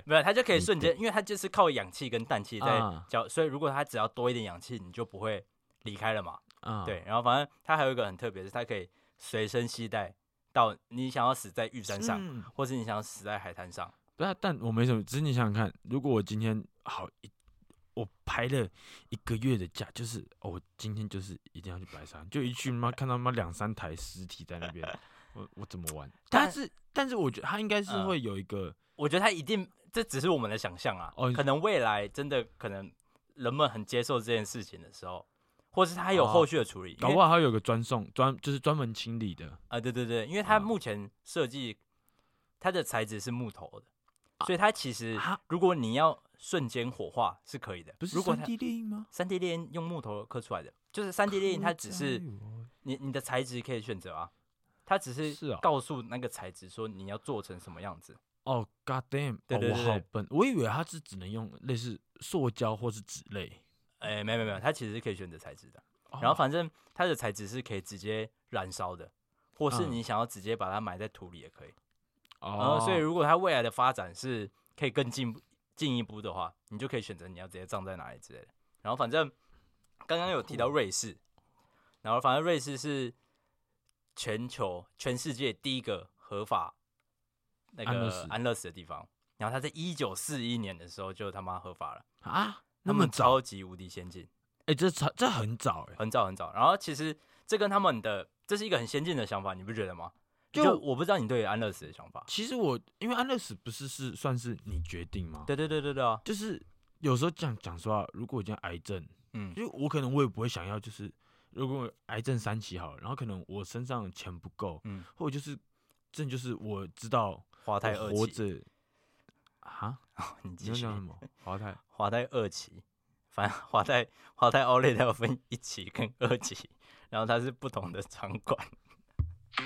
Speaker 1: 没有，它就可以瞬间，因为它就是靠氧气跟氮气在
Speaker 2: 啊
Speaker 1: 交，所以如果它只要多一点氧气，你就不会离开了嘛。
Speaker 2: 啊，
Speaker 1: 对，，然后反正它还有一个很特别的是，它可以随身携带到你想要死在玉山上，
Speaker 2: 嗯
Speaker 1: 或是你想要死在海滩上。
Speaker 2: 不是啊，但我没什么，只是你想想看，如果我今天好一，我排了一个月的假，就是哦，我今天就是一定要去白沙，就一去妈看到妈两三台尸体在那 边，我我怎么玩？
Speaker 1: 但
Speaker 2: 但是但是我觉得他应该是
Speaker 1: 嗯
Speaker 2: 会有一个
Speaker 1: 我觉得它一定，这只是我们的想象啊。
Speaker 2: 哦
Speaker 1: 可能未来真的可能人们很接受这件事情的时候，或是它有
Speaker 2: 哦
Speaker 1: 后续的处理。
Speaker 2: 搞
Speaker 1: 因
Speaker 2: 不
Speaker 1: 为
Speaker 2: 好他有个专送专就是专门清理的
Speaker 1: 啊，对对对，因为它
Speaker 2: 啊
Speaker 1: 目前设计它的材质是木头的，所以它其实
Speaker 2: 啊，
Speaker 1: 如果你要瞬间火化是可以的。
Speaker 2: 不是
Speaker 1: 如果
Speaker 2: 三
Speaker 1: 它
Speaker 2: D 猎鹰吗？
Speaker 1: 三 D 列印用木头刻出来的，就是三 D 列印它只是
Speaker 2: 酷在哦
Speaker 1: 你你的材质可以选择啊，它只
Speaker 2: 是
Speaker 1: 是
Speaker 2: 哦
Speaker 1: 告诉那个材质说你要做成什么样子。
Speaker 2: 哦，God damn！
Speaker 1: 对对
Speaker 2: 哦，
Speaker 1: 对
Speaker 2: 我好
Speaker 1: 对
Speaker 2: 笨，我以为它是只能用类似塑胶或是纸类，
Speaker 1: 哎，没有没有没有，它其实是可以选择材质的。
Speaker 2: 哦
Speaker 1: 然后反正它的材质是可以直接燃烧的，或是
Speaker 2: 嗯
Speaker 1: 你想要直接把它埋在土里也可以。然
Speaker 2: 哦
Speaker 1: 后，，所以如果它未来的发展是可以更进进一步的话，你就可以选择你要直接葬在哪里之类的。然后反正刚刚有提到
Speaker 2: 酷哦
Speaker 1: 瑞士，然后反正瑞士是全球全世界第一个合法那
Speaker 2: 安乐
Speaker 1: 个
Speaker 2: 死
Speaker 1: 安乐死的地方。然后它在一九四一年的时候就他妈合法了，
Speaker 2: 啊，
Speaker 1: 他
Speaker 2: 那么
Speaker 1: 们
Speaker 2: 早，
Speaker 1: 超级无敌先进。
Speaker 2: 哎，这早这很早哎，
Speaker 1: 很早很早。然后其实这跟他们的这是一个很先进的想法，你不觉得吗？
Speaker 2: 就
Speaker 1: 就我不知道你对于安乐死的想法。
Speaker 2: 其实我因为安乐死不是是算是你决定吗？，
Speaker 1: 对对对对对啊，
Speaker 2: 就是有时候讲讲实话，如果我今天癌症，
Speaker 1: 嗯，
Speaker 2: 就我可能我也不会想要，就是如果我癌症三期好了，然后可能我身上的钱不够，
Speaker 1: 嗯，
Speaker 2: 或者就是真的就是我知道
Speaker 1: 华
Speaker 2: 我
Speaker 1: 泰二
Speaker 2: 活
Speaker 1: 期，
Speaker 2: 着啊，
Speaker 1: 你
Speaker 2: 你要
Speaker 1: 继续
Speaker 2: 讲。什么？华泰
Speaker 1: 华泰二期，反正华泰华泰奥莱它有分一期跟二期，然后它是不同的场馆。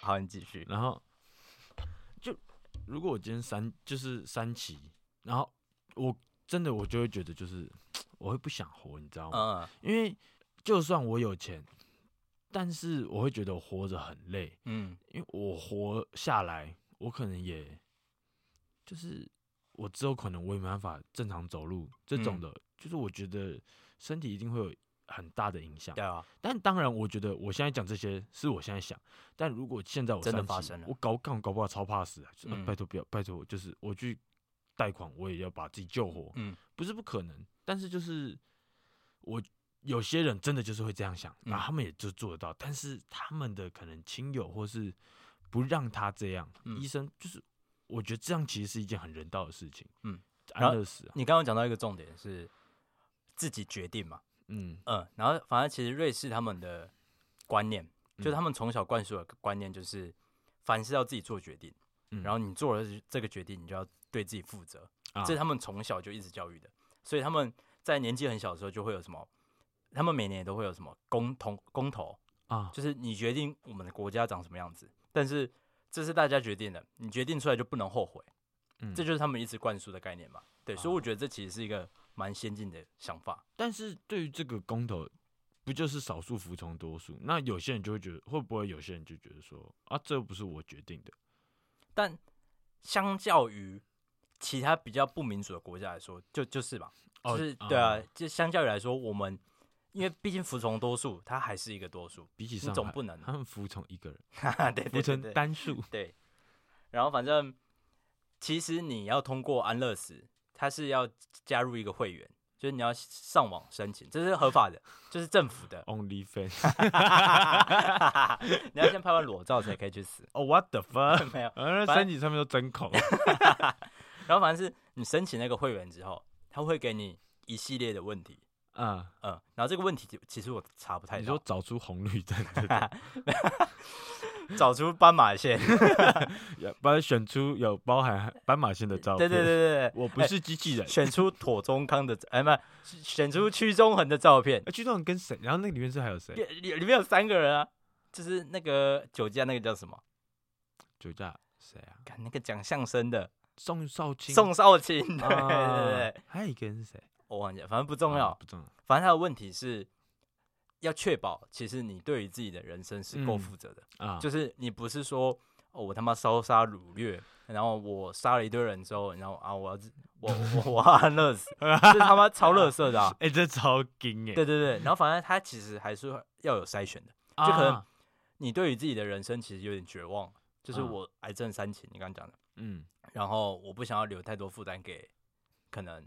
Speaker 1: 好，你继续。
Speaker 2: 然后就如果我今天三就是三期，然后我真的我就会觉得就是我会不想活，你知道吗？
Speaker 1: 嗯
Speaker 2: 因为就算我有钱，但是我会觉得我活着很累，
Speaker 1: 嗯，
Speaker 2: 因为我活下来，我可能也就是我之后可能我也没办法正常走路这种
Speaker 1: 嗯
Speaker 2: 的，就是我觉得身体一定会有很大的影响
Speaker 1: 对。啊，
Speaker 2: 但当然，我觉得我现在讲这些是我现在想，但如果现在我
Speaker 1: 真的
Speaker 2: 30
Speaker 1: 发生了
Speaker 2: 我搞干搞不好超怕死啊！就是呃
Speaker 1: 嗯
Speaker 2: 拜托不要，拜托，就是我去贷款，我也要把自己救活，
Speaker 1: 嗯
Speaker 2: 不是不可能，但是就是我有些人真的就是会这样想，
Speaker 1: 嗯
Speaker 2: 然后他们也就做得到，但是他们的可能亲友或是不让他这样，
Speaker 1: 嗯
Speaker 2: 医生就是我觉得这样其实是一件很人道的事情，
Speaker 1: 嗯，然
Speaker 2: 安
Speaker 1: 后
Speaker 2: 乐死啊，
Speaker 1: 你刚刚讲到一个重点是自己决定嘛，
Speaker 2: 嗯，
Speaker 1: 嗯，然后反正其实瑞士他们的观念，就是
Speaker 2: 嗯
Speaker 1: 他们从小灌输的观念就是，凡事要自己做决定，
Speaker 2: 嗯
Speaker 1: 然后你做了这个决定，你就要对自己负责，
Speaker 2: 啊
Speaker 1: 这是他们从小就一直教育的，所以他们在年纪很小的时候就会有什么，他们每年也都会有什么公投公投，
Speaker 2: 啊，
Speaker 1: 就是你决定我们的国家长什么样子，但是这是大家决定的，你决定出来就不能后悔，
Speaker 2: 嗯
Speaker 1: 这就是他们一直灌输的概念嘛，对，所以
Speaker 2: 啊
Speaker 1: 我觉得这其实是一个蛮先进的想法，
Speaker 2: 但是对于这个公投，不就是少数服从多数？那有些人就会觉得，会不会有些人就觉得说啊，这又不是我决定的？
Speaker 1: 但相较于其他比较不民主的国家来说，就就是吧，
Speaker 2: 哦
Speaker 1: 就是、对啊
Speaker 2: 嗯，
Speaker 1: 就相较于来说，我们因为毕竟服从多数，它还是一个多数，
Speaker 2: 比起
Speaker 1: 你
Speaker 2: 上
Speaker 1: 总
Speaker 2: 海
Speaker 1: 不能
Speaker 2: 他们服从一个人，
Speaker 1: 哈哈 对
Speaker 2: 嗯服
Speaker 1: 对对
Speaker 2: 从
Speaker 1: 对
Speaker 2: 单数。。
Speaker 1: 对。然后反正其实你要通过安乐死，它是要加入一个会员，就是你要上网申请，这是合法的，就是政府的
Speaker 2: Only Fans。
Speaker 1: 你要先拍完裸照才可以去死，
Speaker 2: 哦，What the fuck！
Speaker 1: 没有。
Speaker 2: 而
Speaker 1: 反
Speaker 2: 身体上面都针 孔。
Speaker 1: 然后反正是你申请那个会员之后，他会给你一系列的问题，
Speaker 2: 啊，
Speaker 1: 嗯，然后这个问题就其实我查不太
Speaker 2: 你说
Speaker 1: 到，
Speaker 2: 找出红绿灯这种，
Speaker 1: 找出斑马线，
Speaker 2: 要把它选出有包含斑马线的照
Speaker 1: 对
Speaker 2: 片。
Speaker 1: 对对
Speaker 2: 对，
Speaker 1: 对哎对，
Speaker 2: 我不是机器人。
Speaker 1: 选出妥中康的， 哎，不是，选出屈中恒的照片，
Speaker 2: 啊，剧中跟谁？然后那个里面是还有谁？
Speaker 1: 里里里面有三个人啊，就是那个酒驾那个叫什么？
Speaker 2: 酒驾谁啊？
Speaker 1: 看那个讲相声的
Speaker 2: 宋少卿。
Speaker 1: 宋少卿，对对
Speaker 2: 啊
Speaker 1: 对，对，
Speaker 2: 还有一个人是谁？
Speaker 1: 我忘记了，反正不重
Speaker 2: 啊
Speaker 1: 要，
Speaker 2: 不重要。
Speaker 1: 反正他的问题是要确保，其实你对于自己的人生是够
Speaker 2: 嗯
Speaker 1: 负责的，
Speaker 2: 啊，
Speaker 1: 就是你不是说哦我他妈烧杀掳掠，然后我杀了一堆人之后，然后啊我要 自我我我要安乐死，这他妈超乐色的、 啊，
Speaker 2: 哎，这超惊哎，
Speaker 1: 对对对，然后反正他其实还是要有筛选的。
Speaker 2: 啊，
Speaker 1: 就可能你对于自己的人生其实有点绝望，就是
Speaker 2: 嗯
Speaker 1: 我癌症三期，你刚刚讲的，
Speaker 2: 嗯
Speaker 1: 然后我不想要留太多负担给可能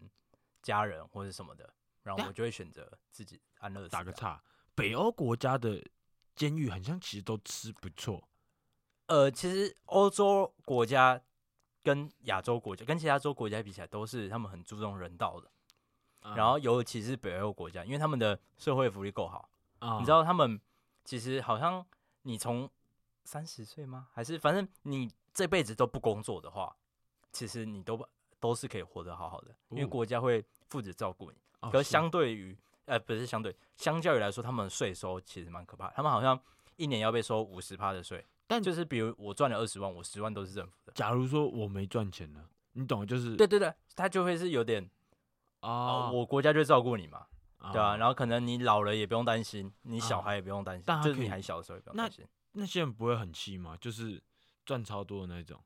Speaker 1: 家人或者什么的，然后
Speaker 2: 对啊
Speaker 1: 我就会选择自己安乐死
Speaker 2: 打个
Speaker 1: 这样
Speaker 2: 岔，北欧国家的监狱很像其实都吃不错
Speaker 1: 呃，其实欧洲国家跟亚洲国家跟其他洲国家比起来，都是他们很注重人道的，
Speaker 2: 啊，
Speaker 1: 然后尤其是北欧国家，因为他们的社会福利够好，
Speaker 2: 啊
Speaker 1: 你知道他们其实好像你从三十岁吗？还是反正你这辈子都不工作的话，其实你都都是可以活得好好的，因为
Speaker 2: 哦
Speaker 1: 国家会负责照顾你。
Speaker 2: 哦
Speaker 1: 可
Speaker 2: 是
Speaker 1: 相对于呃不是相对，相较于来说，他们的税收其实蛮可怕的。他们好像一年要被收五十趴的税，
Speaker 2: 但
Speaker 1: 就是比如我赚了二十万，我十万都是政府的。
Speaker 2: 假如说我没赚钱呢，你懂就是
Speaker 1: 对对对，他就会是有点
Speaker 2: 啊
Speaker 1: 哦，我国家就会照顾你嘛，
Speaker 2: 啊
Speaker 1: 对啊，然后可能你老了也不用担心，你
Speaker 2: 啊
Speaker 1: 小孩也不用担心
Speaker 2: 但，他
Speaker 1: 就是
Speaker 2: 可以
Speaker 1: 你还小的时候也不用
Speaker 2: 那
Speaker 1: 担心。
Speaker 2: 那些人不会很气吗？就是赚超多的那种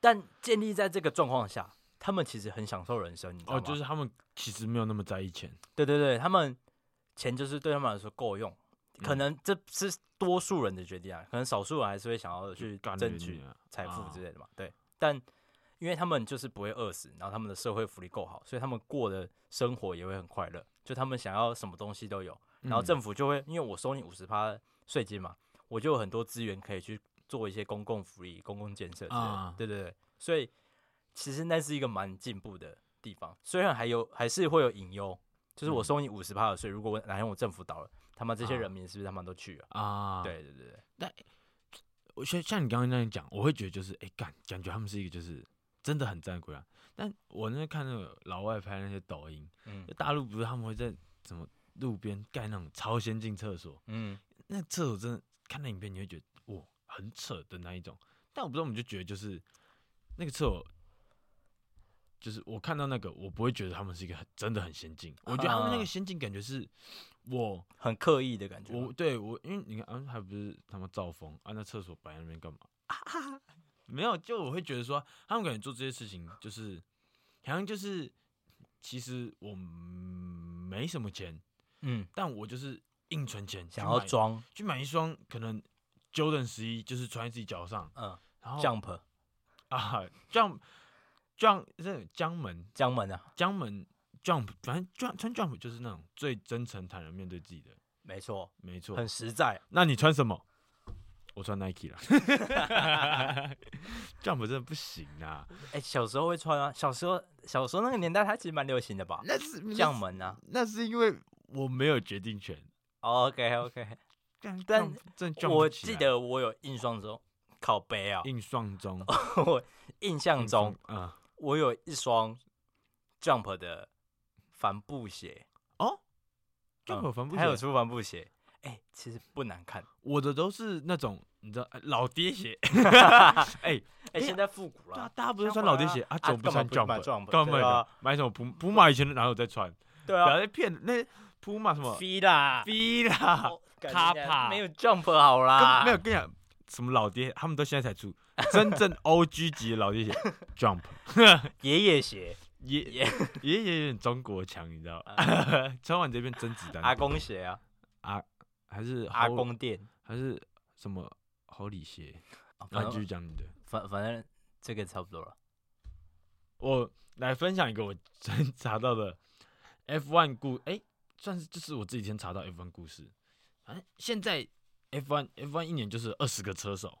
Speaker 1: 但建立在这个状况下，他们其实很享受人生，你知道吗？
Speaker 2: 哦，就是他们其实没有那么在意钱，
Speaker 1: 对对对，他们钱就是对他们来说够用，可能
Speaker 2: 嗯
Speaker 1: 这是多数人的决定啊，可能少数人还是会想要去
Speaker 2: 干
Speaker 1: 争
Speaker 2: 人
Speaker 1: 取
Speaker 2: 家
Speaker 1: 财富
Speaker 2: 啊
Speaker 1: 之类的嘛。对，但因为他们就是不会饿死，然后他们的社会福利够好，所以他们过的生活也会很快乐。就他们想要什么东西都有，然后
Speaker 2: 嗯
Speaker 1: 政府就会、因为我收你五十趴税金嘛，我就有很多资源可以去做一些公共福利、公共建设之类的。
Speaker 2: 啊
Speaker 1: 对对对，所以其实那是一个蛮进步的地方，虽然还有还是会有隐忧，就是我
Speaker 2: 嗯
Speaker 1: 收你五十趴的税，如果我哪天我政府倒了，他妈这些
Speaker 2: 啊
Speaker 1: 人民是不是他妈都去了？
Speaker 2: 啊，
Speaker 1: 对对对对，
Speaker 2: 我像像你刚刚那样讲，我会觉得就是，哎、感感觉他们是一个就是真的很赞的国家。但我那看那个老外拍那些抖音，
Speaker 1: 嗯
Speaker 2: 大陆不是他们会在什么路边盖那种超先进厕所，
Speaker 1: 嗯，
Speaker 2: 那厕所真的看那影片你会觉得哇很扯的那一种。但我不知道，我们就觉得就是那个厕所，就是我看到那个，我不会觉得他们是一个很真的很先进。我觉得他们那
Speaker 1: 啊
Speaker 2: 个先进感觉是我
Speaker 1: 很刻意的感觉吗。
Speaker 2: 我对我，因为你看，啊，还不是他们造风啊？那厕所摆在那边干嘛？ 没有，就我会觉得说，他们感觉做这些事情就是，好像就是，其实我没什么钱，
Speaker 1: 嗯，
Speaker 2: 但我就是硬存钱去
Speaker 1: 想要
Speaker 2: 买
Speaker 1: 装
Speaker 2: 去买一双可能 Jordan 十一，就是穿在自己脚上，
Speaker 1: 嗯
Speaker 2: 然后
Speaker 1: jump
Speaker 2: 啊，jump jump 这江门
Speaker 1: 江门啊，
Speaker 2: 江门 jump，反正 jump 穿 jump 就是那种最真诚坦然面对自己的，
Speaker 1: 没错，
Speaker 2: 没错，
Speaker 1: 很实在。
Speaker 2: 那你穿什么？我穿 Nike 啦。Jump 真的不行啊！
Speaker 1: 哎、小时候会穿啊，小时候小时候那个年代，它其实蛮流行的吧？
Speaker 2: 那是
Speaker 1: 江，门啊
Speaker 2: 那是因为我没有决定权。
Speaker 1: ，OK OK，
Speaker 2: 但
Speaker 1: 但
Speaker 2: 真的 jump
Speaker 1: 我
Speaker 2: 不起
Speaker 1: 记
Speaker 2: 来
Speaker 1: 得我有印象中，靠背啊，
Speaker 2: 硬双中，
Speaker 1: 我印象
Speaker 2: 硬
Speaker 1: 中
Speaker 2: 双啊，
Speaker 1: 我有一双 Jump 的帆布鞋
Speaker 2: 哦
Speaker 1: 嗯
Speaker 2: Jump 帆布
Speaker 1: 还有
Speaker 2: 鞋
Speaker 1: 出帆布鞋，哎、其实不难 看，
Speaker 2: 啊我的都是那种你知道哎老爹鞋。哎，
Speaker 1: 哎、
Speaker 2: 对啊
Speaker 1: 现在复古
Speaker 2: 大
Speaker 1: 了，
Speaker 2: 大家不是
Speaker 1: 相
Speaker 2: 穿
Speaker 1: 反
Speaker 2: 老爹
Speaker 1: 啊
Speaker 2: 鞋啊？
Speaker 1: 啊
Speaker 2: 怎么不
Speaker 1: 干嘛
Speaker 2: 穿
Speaker 1: 不去买
Speaker 2: Jump？
Speaker 1: Jump？
Speaker 2: 干嘛买
Speaker 1: 对啊
Speaker 2: 的？买什么普普马以前哪有在穿？
Speaker 1: 对
Speaker 2: 不
Speaker 1: 啊
Speaker 2: 要再骗那普马什么
Speaker 1: ，V 啦
Speaker 2: 逼啦！
Speaker 1: 感
Speaker 2: 卡
Speaker 1: 觉
Speaker 2: 帕
Speaker 1: 没有 Jump 好啦，
Speaker 2: 跟没有跟你讲，什么老爹，他们都现在才出真正 O G 级的老爹鞋 ，Jump
Speaker 1: 爷爷鞋、
Speaker 2: 爷
Speaker 1: 爷
Speaker 2: 爷爷有点中国强，你知道吧？ 穿完这边甄子丹，
Speaker 1: 啊阿公鞋啊，
Speaker 2: 还是
Speaker 1: 阿
Speaker 2: 侯
Speaker 1: 公店，
Speaker 2: 还是什么侯礼鞋？
Speaker 1: 啊
Speaker 2: 然
Speaker 1: 反
Speaker 2: 后继续
Speaker 1: 正
Speaker 2: 讲你的
Speaker 1: 反反正这个差不多了。
Speaker 2: 我来分享一个我真查到的 F1 故，哎、算是就是我这几天查到 F1 故事。反正现在 F1 F1 一年就是二十个车手，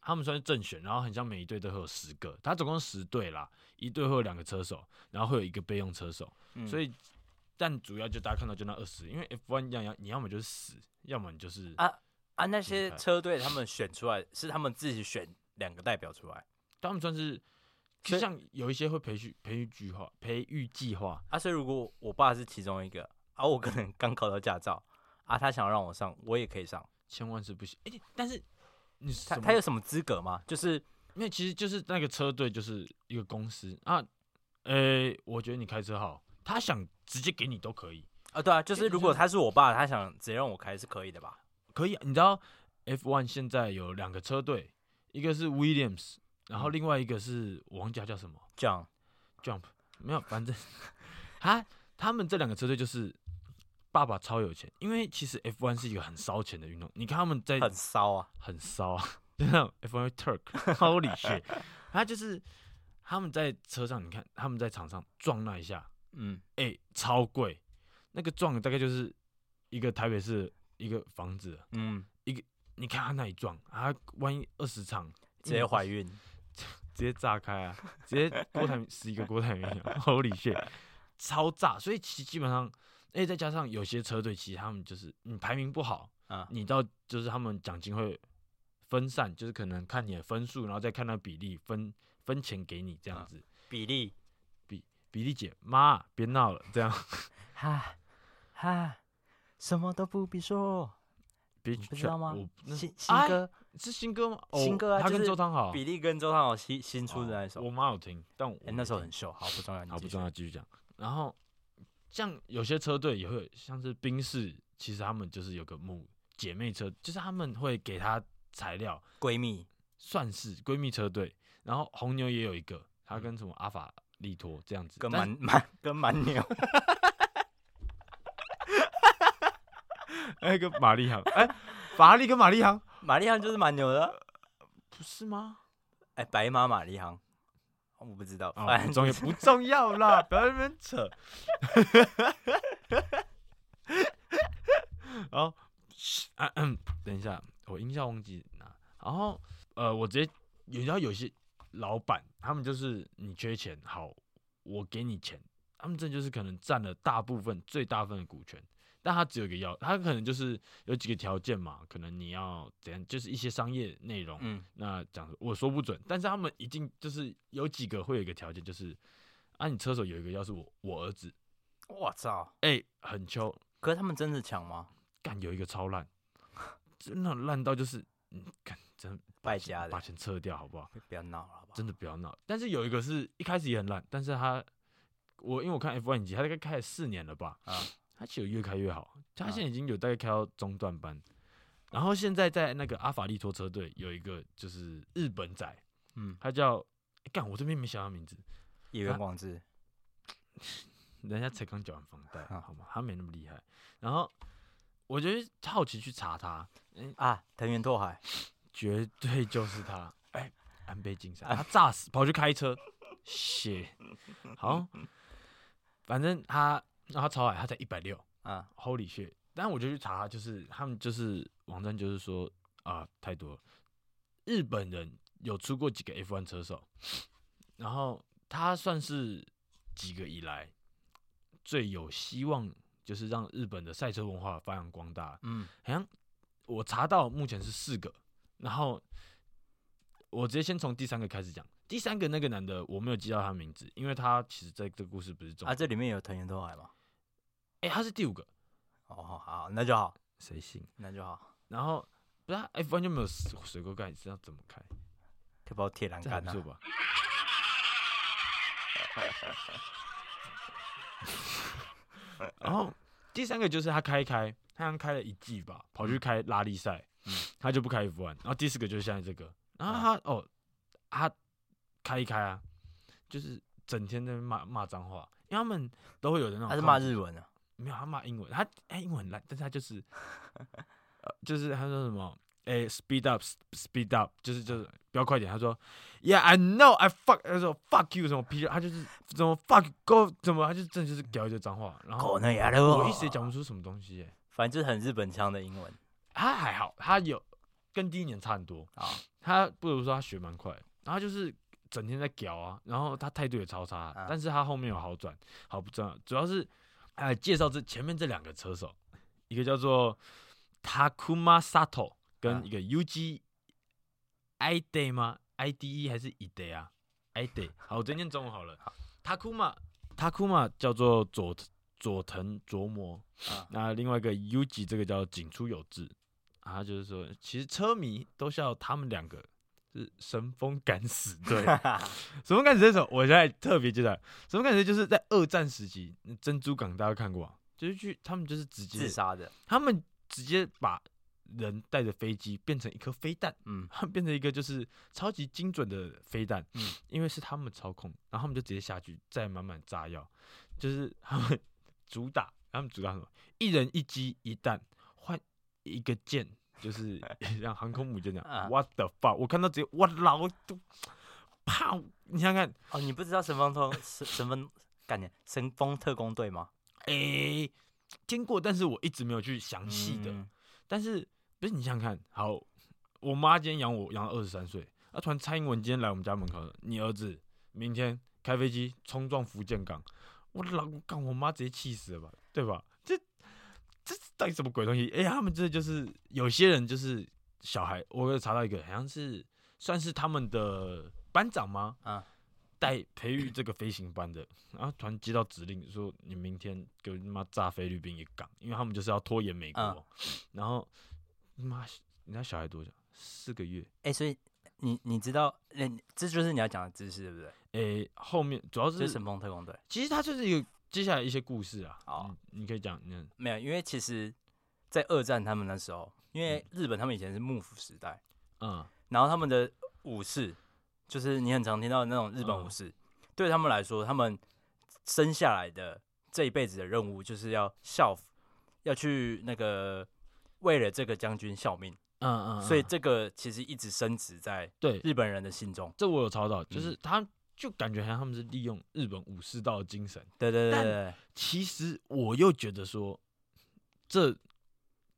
Speaker 2: 他们算是正选，然后很像每一队都会有十个，它总共十队啦，一队会有两个车手，然后会有一个备用车手，
Speaker 1: 嗯
Speaker 2: 所以。但主要就大家看到就那二十，因为 F1 一样要你要么就是死，要么你就是
Speaker 1: 啊啊，那些
Speaker 2: 嗯
Speaker 1: 车队他们选出来是他们自己选两个代表出来
Speaker 2: 他们算是，
Speaker 1: 所
Speaker 2: 就
Speaker 1: 以
Speaker 2: 像有一些会培训培育计划、培育计划，
Speaker 1: 啊，所以如果我爸是其中一个啊，我可能刚考到驾照啊，他想让我上，我也可以上，
Speaker 2: 千万是不行。哎、但是你
Speaker 1: 他
Speaker 2: 什
Speaker 1: 他
Speaker 2: 么
Speaker 1: 有什么资格吗？就是
Speaker 2: 没有，其实就是那个车队就是一个公司啊。呃、我觉得你开车好，他想直接给你都可以，
Speaker 1: 啊，对啊，就是
Speaker 2: 就
Speaker 1: 如果
Speaker 2: 是
Speaker 1: 他是我爸，他想直接让我开是可以的吧？
Speaker 2: 可以啊。你知道 F1 现在有两个车队，一个是 Williams，然后
Speaker 1: 嗯
Speaker 2: 另外一个是我忘记他叫什么
Speaker 1: 这样
Speaker 2: Jump，没有，反正他他们这两个车队就是。爸爸超有钱，因为其实 F1 是一个很烧钱的运动。你看他们在
Speaker 1: 很骚啊，
Speaker 2: 很骚啊， 就那种 F1 Turk Holy shit，他就是他们在车上，你看他们在场上撞那一下，
Speaker 1: 嗯，
Speaker 2: 哎、超贵，那个撞大概就是一个台北市一个房子，
Speaker 1: 嗯，
Speaker 2: 你看他那一撞，啊，万一二十场
Speaker 1: 直接怀孕，
Speaker 2: 孕，直接炸开啊， 直接郭台铭十一个郭台铭啊 Holy shit，超炸，所以其基本上。哎，再加上有些车队，其实他们就是你排名不好，
Speaker 1: 啊，
Speaker 2: 你到就是他们奖金会分散，就是可能看你的分数，然后再看那比例分分钱给你这样
Speaker 1: 啊
Speaker 2: 子。
Speaker 1: 比例，
Speaker 2: 比例姐，妈，别闹了，这样
Speaker 1: 哈哈，什么都不必说，
Speaker 2: 别
Speaker 1: 你不知
Speaker 2: 劝
Speaker 1: 道吗
Speaker 2: 我？那
Speaker 1: 新
Speaker 2: 哎
Speaker 1: 新歌
Speaker 2: 是新歌吗？哦
Speaker 1: 新歌啊
Speaker 2: 他
Speaker 1: 就
Speaker 2: 跟
Speaker 1: 是
Speaker 2: 周汤好
Speaker 1: 比利跟周汤豪新新
Speaker 2: 哦
Speaker 1: 出的那一首，
Speaker 2: 我妈有听，但我
Speaker 1: 哎、那时候
Speaker 2: 没
Speaker 1: 很秀，好不重要，
Speaker 2: 听
Speaker 1: 你
Speaker 2: 好
Speaker 1: 继
Speaker 2: 不
Speaker 1: 续
Speaker 2: 重要，继续讲。然后像有些车队也会有，像是宾士，其实他们就是有个母姐妹车，就是他们会给他材料，
Speaker 1: 闺蜜
Speaker 2: 算是闺蜜车队，然后红牛也有一个，他跟什么阿法利托这样子，
Speaker 1: 跟
Speaker 2: 但
Speaker 1: 蛮
Speaker 2: 是
Speaker 1: 蛮跟蛮牛，
Speaker 2: 哎跟玛丽航，哎法拉利跟玛丽航
Speaker 1: 玛丽航就是蛮牛的啊，
Speaker 2: 不是吗？
Speaker 1: 哎、白马玛丽航，我不知道，
Speaker 2: 啊、
Speaker 1: 反正
Speaker 2: 不重要不重要啦，不要在那边扯。然后，啊嗯，等一下，我音效忘记拿。然后呃，我直接你知道有些老板，他们就是你缺钱，好，我给你钱，他们这就是可能占了大部分最大份的股权。但他只有一个要，他可能就是有几个条件嘛，可能你要怎样，就是一些商业内容，
Speaker 1: 嗯，
Speaker 2: 那讲我说不准，但是他们一定就是有几个会有一个条件，就是啊，你车手有一个要是我我儿子，
Speaker 1: 我操，
Speaker 2: 哎、很秋，
Speaker 1: 可是他们真的强吗？
Speaker 2: 干有一个超烂，真的烂到就是，嗯，干真
Speaker 1: 败家
Speaker 2: 把
Speaker 1: 的，
Speaker 2: 钱撤掉好不好？
Speaker 1: 不要闹了，好不好？
Speaker 2: 真的不要闹。但是有一个是一开始也很烂，但是他我因为我看 F1 影集，他大概开了四年了吧，
Speaker 1: 啊，
Speaker 2: 他其实有越开越好，他
Speaker 1: 啊
Speaker 2: 现在已经有大概开到中段班，然后现在在那个阿法利托车队有一个就是日本仔，
Speaker 1: 嗯，
Speaker 2: 他叫。哎干，我这边没想到名字，
Speaker 1: 一元
Speaker 2: 啊
Speaker 1: 广志，
Speaker 2: 人家才刚缴完房贷，
Speaker 1: 啊
Speaker 2: 好吗？他没那么厉害。然后我觉得好奇去查他，
Speaker 1: 啊，藤原拓海，
Speaker 2: 绝对就是他。哎，安倍晋三，他炸死，跑去开车，血。好，反正他，然后他超矮，他才一百六
Speaker 1: 啊，
Speaker 2: ，Holy shit！但我就去查，就是他们就是网站就是说啊，太多了。日本人有出过几个 F1 车手，然后他算是几个以来最有希望，就是让日本的赛车文化发扬光大。
Speaker 1: 嗯，
Speaker 2: 好像我查到目前是四个，然后我直接先从第三个开始讲。第三个那个男的我没有记到他名字，因为他其实在这个故事不是重
Speaker 1: 啊，
Speaker 2: 点。哎、
Speaker 1: 这里面有藤原拓海吗？
Speaker 2: 他是第五个，
Speaker 1: 哦，好，好，那就好，
Speaker 2: 谁信？
Speaker 1: 那就好，
Speaker 2: 然后不是啊 F1 就没有水水沟盖，你知道怎么开？
Speaker 1: 可以把我铁栏
Speaker 2: 这还
Speaker 1: 杆
Speaker 2: 不
Speaker 1: 啊
Speaker 2: 错，吧？ 然后第三个就是他开一开，他好像开了一季吧，跑去开拉力赛，
Speaker 1: 嗯
Speaker 2: 他就不开 F1。然后第四个就是现在这个，然后他、哦，他开一开啊，就是整天在那边骂骂脏话，因为他们都会有的那种
Speaker 1: 他是骂
Speaker 2: 抗
Speaker 1: 日文啊的，
Speaker 2: 没有，他骂英文，他他英文很烂，但是他就是，呃，就是他说什么哎、s p e e d up s- speed up，就是就是不要快点。他说，Yeah I know I fuck，他说 fuck you 什么屁，他就是怎么 fuck go 怎么，他就真的就是屌一堆脏话。然后
Speaker 1: 那牙的
Speaker 2: 哦我一时也讲不出什么东西耶、
Speaker 1: 反正就是很日本腔的英文
Speaker 2: 他还好，他有跟第一年差很多，
Speaker 1: 啊。
Speaker 2: 他不如说他学蛮快，然后他就是整天在屌啊，然后他态度也超差，
Speaker 1: 啊
Speaker 2: 但是他后面有好转，好不重要，主要是呃介绍这前面这两个车手，一个叫做 Takuma Sato
Speaker 1: 啊
Speaker 2: 跟一个 UG I Day 吗？I D E 还是 E Day 啊？I Day，好，我直接念中文好 了
Speaker 1: 好。
Speaker 2: Takuma Takuma 叫做佐佐藤琢磨，
Speaker 1: 啊
Speaker 2: 那另外一个 U G 这个叫井出有志啊，他就是说，其实车迷都笑他们两个是神风敢死 队。神风敢死队是什么？我现在特别记得，神风敢死队就是在二战时期嗯珍珠港大家看过啊，就是去他们就是直接
Speaker 1: 自，杀的，
Speaker 2: 他们直接把人带着飞机变成一颗飞弹，
Speaker 1: 嗯，
Speaker 2: 他们变成一个就是超级精准的飞弹，
Speaker 1: 嗯
Speaker 2: 因为是他们操控，然后他们就直接下去，再满满炸药，就是他们主打，他们主打什么？一人一机一弹换一个舰，就是 像航空母舰那
Speaker 1: 啊
Speaker 2: 样。What the fuck！我看到直接我老都啪！你想想看，
Speaker 1: 哦，你不知道神风特神神风干念神风特工队吗？
Speaker 2: 诶、经过，但是我一直没有去详细的，
Speaker 1: 嗯
Speaker 2: 但是不是你想想看，好，我妈今天养我养到二十三岁，啊，突然蔡英文今天来我们家门口了，你儿子明天开飞机冲撞福建港，我老公干我妈直接气死了吧，对吧？这这是到底什么鬼东西？哎、他们这就是有些人就是小孩，我有查到一个好像是算是他们的班长吗？
Speaker 1: 啊
Speaker 2: 带培育这个飞行班的，然后突然接到指令说你明天给我他妈炸菲律宾一个港，因为他们就是要拖延美国，
Speaker 1: 嗯
Speaker 2: 然后妈人家小孩多久？四个月。
Speaker 1: 哎、所以你你知道，那你这就是你要讲的知识，对不对？
Speaker 2: 诶、后面主要
Speaker 1: 就是
Speaker 2: 是
Speaker 1: 神风特工队
Speaker 2: 其实它就是一个接下来一些故事啊。
Speaker 1: 哦
Speaker 2: 你，你可以讲，嗯，
Speaker 1: 没有，因为其实，在二战他们那时候，因为日本他们以前是幕府时代，
Speaker 2: 嗯，
Speaker 1: 然后他们的武士，就是你很常听到的那种日本武
Speaker 2: 嗯
Speaker 1: 士，对他们来说，他们生下来的这一辈子的任务就是要效服，要去那个为了这个将军效命，
Speaker 2: 嗯嗯，
Speaker 1: 所以
Speaker 2: 嗯
Speaker 1: 这个其实一直深植在
Speaker 2: 对
Speaker 1: 日本人的心中。
Speaker 2: 这我有查到，
Speaker 1: 嗯
Speaker 2: 就是他就感觉好像他们是利用日本武士道的精神，
Speaker 1: 对对对
Speaker 2: 但
Speaker 1: 对对，
Speaker 2: 其实我又觉得说，这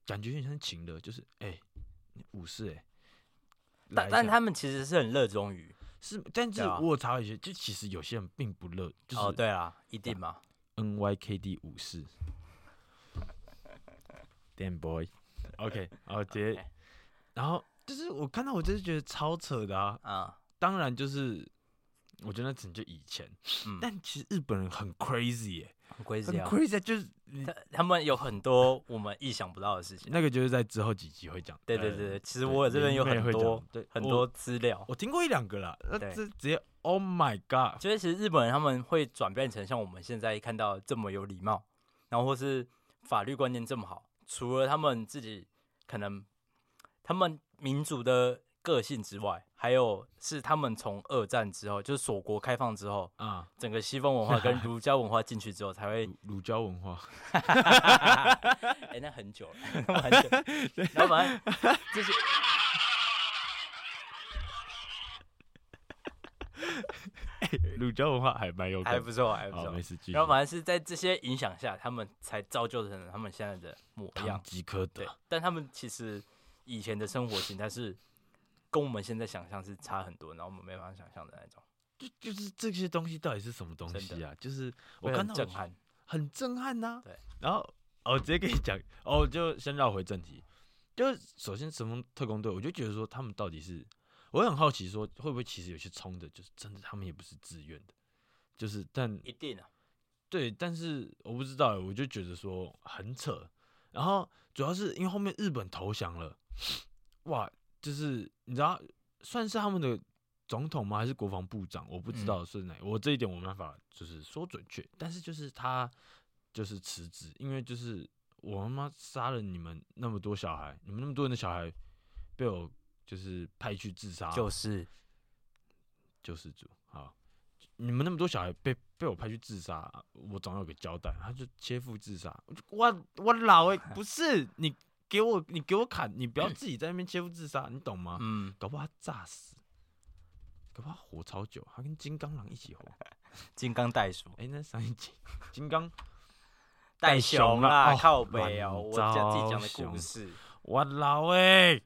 Speaker 2: 感觉有点像情的，就是哎、你武士哎、来
Speaker 1: 但
Speaker 2: 一
Speaker 1: 但
Speaker 2: 下
Speaker 1: 他们其实是很热衷于
Speaker 2: 是，但是
Speaker 1: 对啊
Speaker 2: 我有查到一些，就其实有些人并不乐，就
Speaker 1: 哦，
Speaker 2: 是
Speaker 1: 对啦，一定嘛，
Speaker 2: NYKD 武士，Damn boy，OK，好直接，然后就是我看到我就是觉得超扯的啊，
Speaker 1: 啊，
Speaker 2: 当然就是我觉得那只能就以前，
Speaker 1: 嗯，
Speaker 2: 但其实日本人很 crazy 耶、
Speaker 1: 很规
Speaker 2: 很
Speaker 1: 矩啊，
Speaker 2: crazy，啊就是你
Speaker 1: 他他们有很多我们意想不到的事情。
Speaker 2: 那个就是在之后几集会讲，
Speaker 1: 对对
Speaker 2: 呃
Speaker 1: 对对，其实我这边有很多，
Speaker 2: 对
Speaker 1: 很，
Speaker 2: 林妹会
Speaker 1: 多
Speaker 2: 讲
Speaker 1: 资料
Speaker 2: 对我，我听过一两个啦，那
Speaker 1: 对
Speaker 2: 这直接 Oh my God，
Speaker 1: 就是其实日本人他们会转变成像我们现在看到这么有礼貌，然后或是法律观念这么好，除了他们自己可能他们民族的个性之外，还有是他们从二战之后，就是锁国开放之后，
Speaker 2: 啊，
Speaker 1: 整个西方文化 跟儒家文化进去之后才会
Speaker 2: 乳乳胶文 化，
Speaker 1: 哎、那很久了， 那么很久。 然后反正就是，
Speaker 2: 乳胶文化还蛮有感
Speaker 1: 还
Speaker 2: 的，
Speaker 1: 不错，还不
Speaker 2: 好，
Speaker 1: 错
Speaker 2: 没。事，继续
Speaker 1: 然后。反正是在这些影响下，他们才造就成了他们现在的模
Speaker 2: 堂
Speaker 1: 样。
Speaker 2: 吉诃德
Speaker 1: 对，，但他们其实以前的生活形态是跟我们现在想象是差很多，然后我们没办法想象的那种，
Speaker 2: 就就是这些东西到底是什么东
Speaker 1: 真
Speaker 2: 西啊？就是我
Speaker 1: 会
Speaker 2: 看
Speaker 1: 很
Speaker 2: 到
Speaker 1: 震，撼。
Speaker 2: 很震撼呐、
Speaker 1: 对，
Speaker 2: 然后哦，直接跟你讲，哦，就先绕回正题，就是首先神风特工队，我就觉得说他们到底是，我很好奇说会不会其实有些冲的，就是真的他们也不是自愿的，就是但
Speaker 1: 一定啊，
Speaker 2: 对，但是我不知道欸，我就觉得说很扯。然后主要是因为后面日本投降了，哇，就是你知道，算是他们的总统吗？还是国防部长？我不知
Speaker 1: 嗯
Speaker 2: 道是哪，我这一点我没办法就是说准确。但是就是他就是辞职，因为就是我他妈杀了你们那么多小孩，你们那么多人的小孩被我就是派去自杀，
Speaker 1: 就是
Speaker 2: 救世主，好，你们那么多小孩被被我派去自杀，欸我总要有个交代。他就切腹自杀，我就我我老哎、不是你给我你给我砍，你不要自己在那边切腹自杀，你懂吗？
Speaker 1: 嗯，
Speaker 2: 搞不好他炸死，搞不好他活超久，他跟金刚狼一起活。
Speaker 1: 金刚袋鼠、
Speaker 2: 哎、那上一集金刚
Speaker 1: 袋
Speaker 2: 熊
Speaker 1: 熊
Speaker 2: 啦
Speaker 1: 啦，
Speaker 2: 哦
Speaker 1: 靠北哦，
Speaker 2: 软
Speaker 1: 我讲自己讲的
Speaker 2: 糟
Speaker 1: 故
Speaker 2: 熊
Speaker 1: 事，
Speaker 2: 我老哎、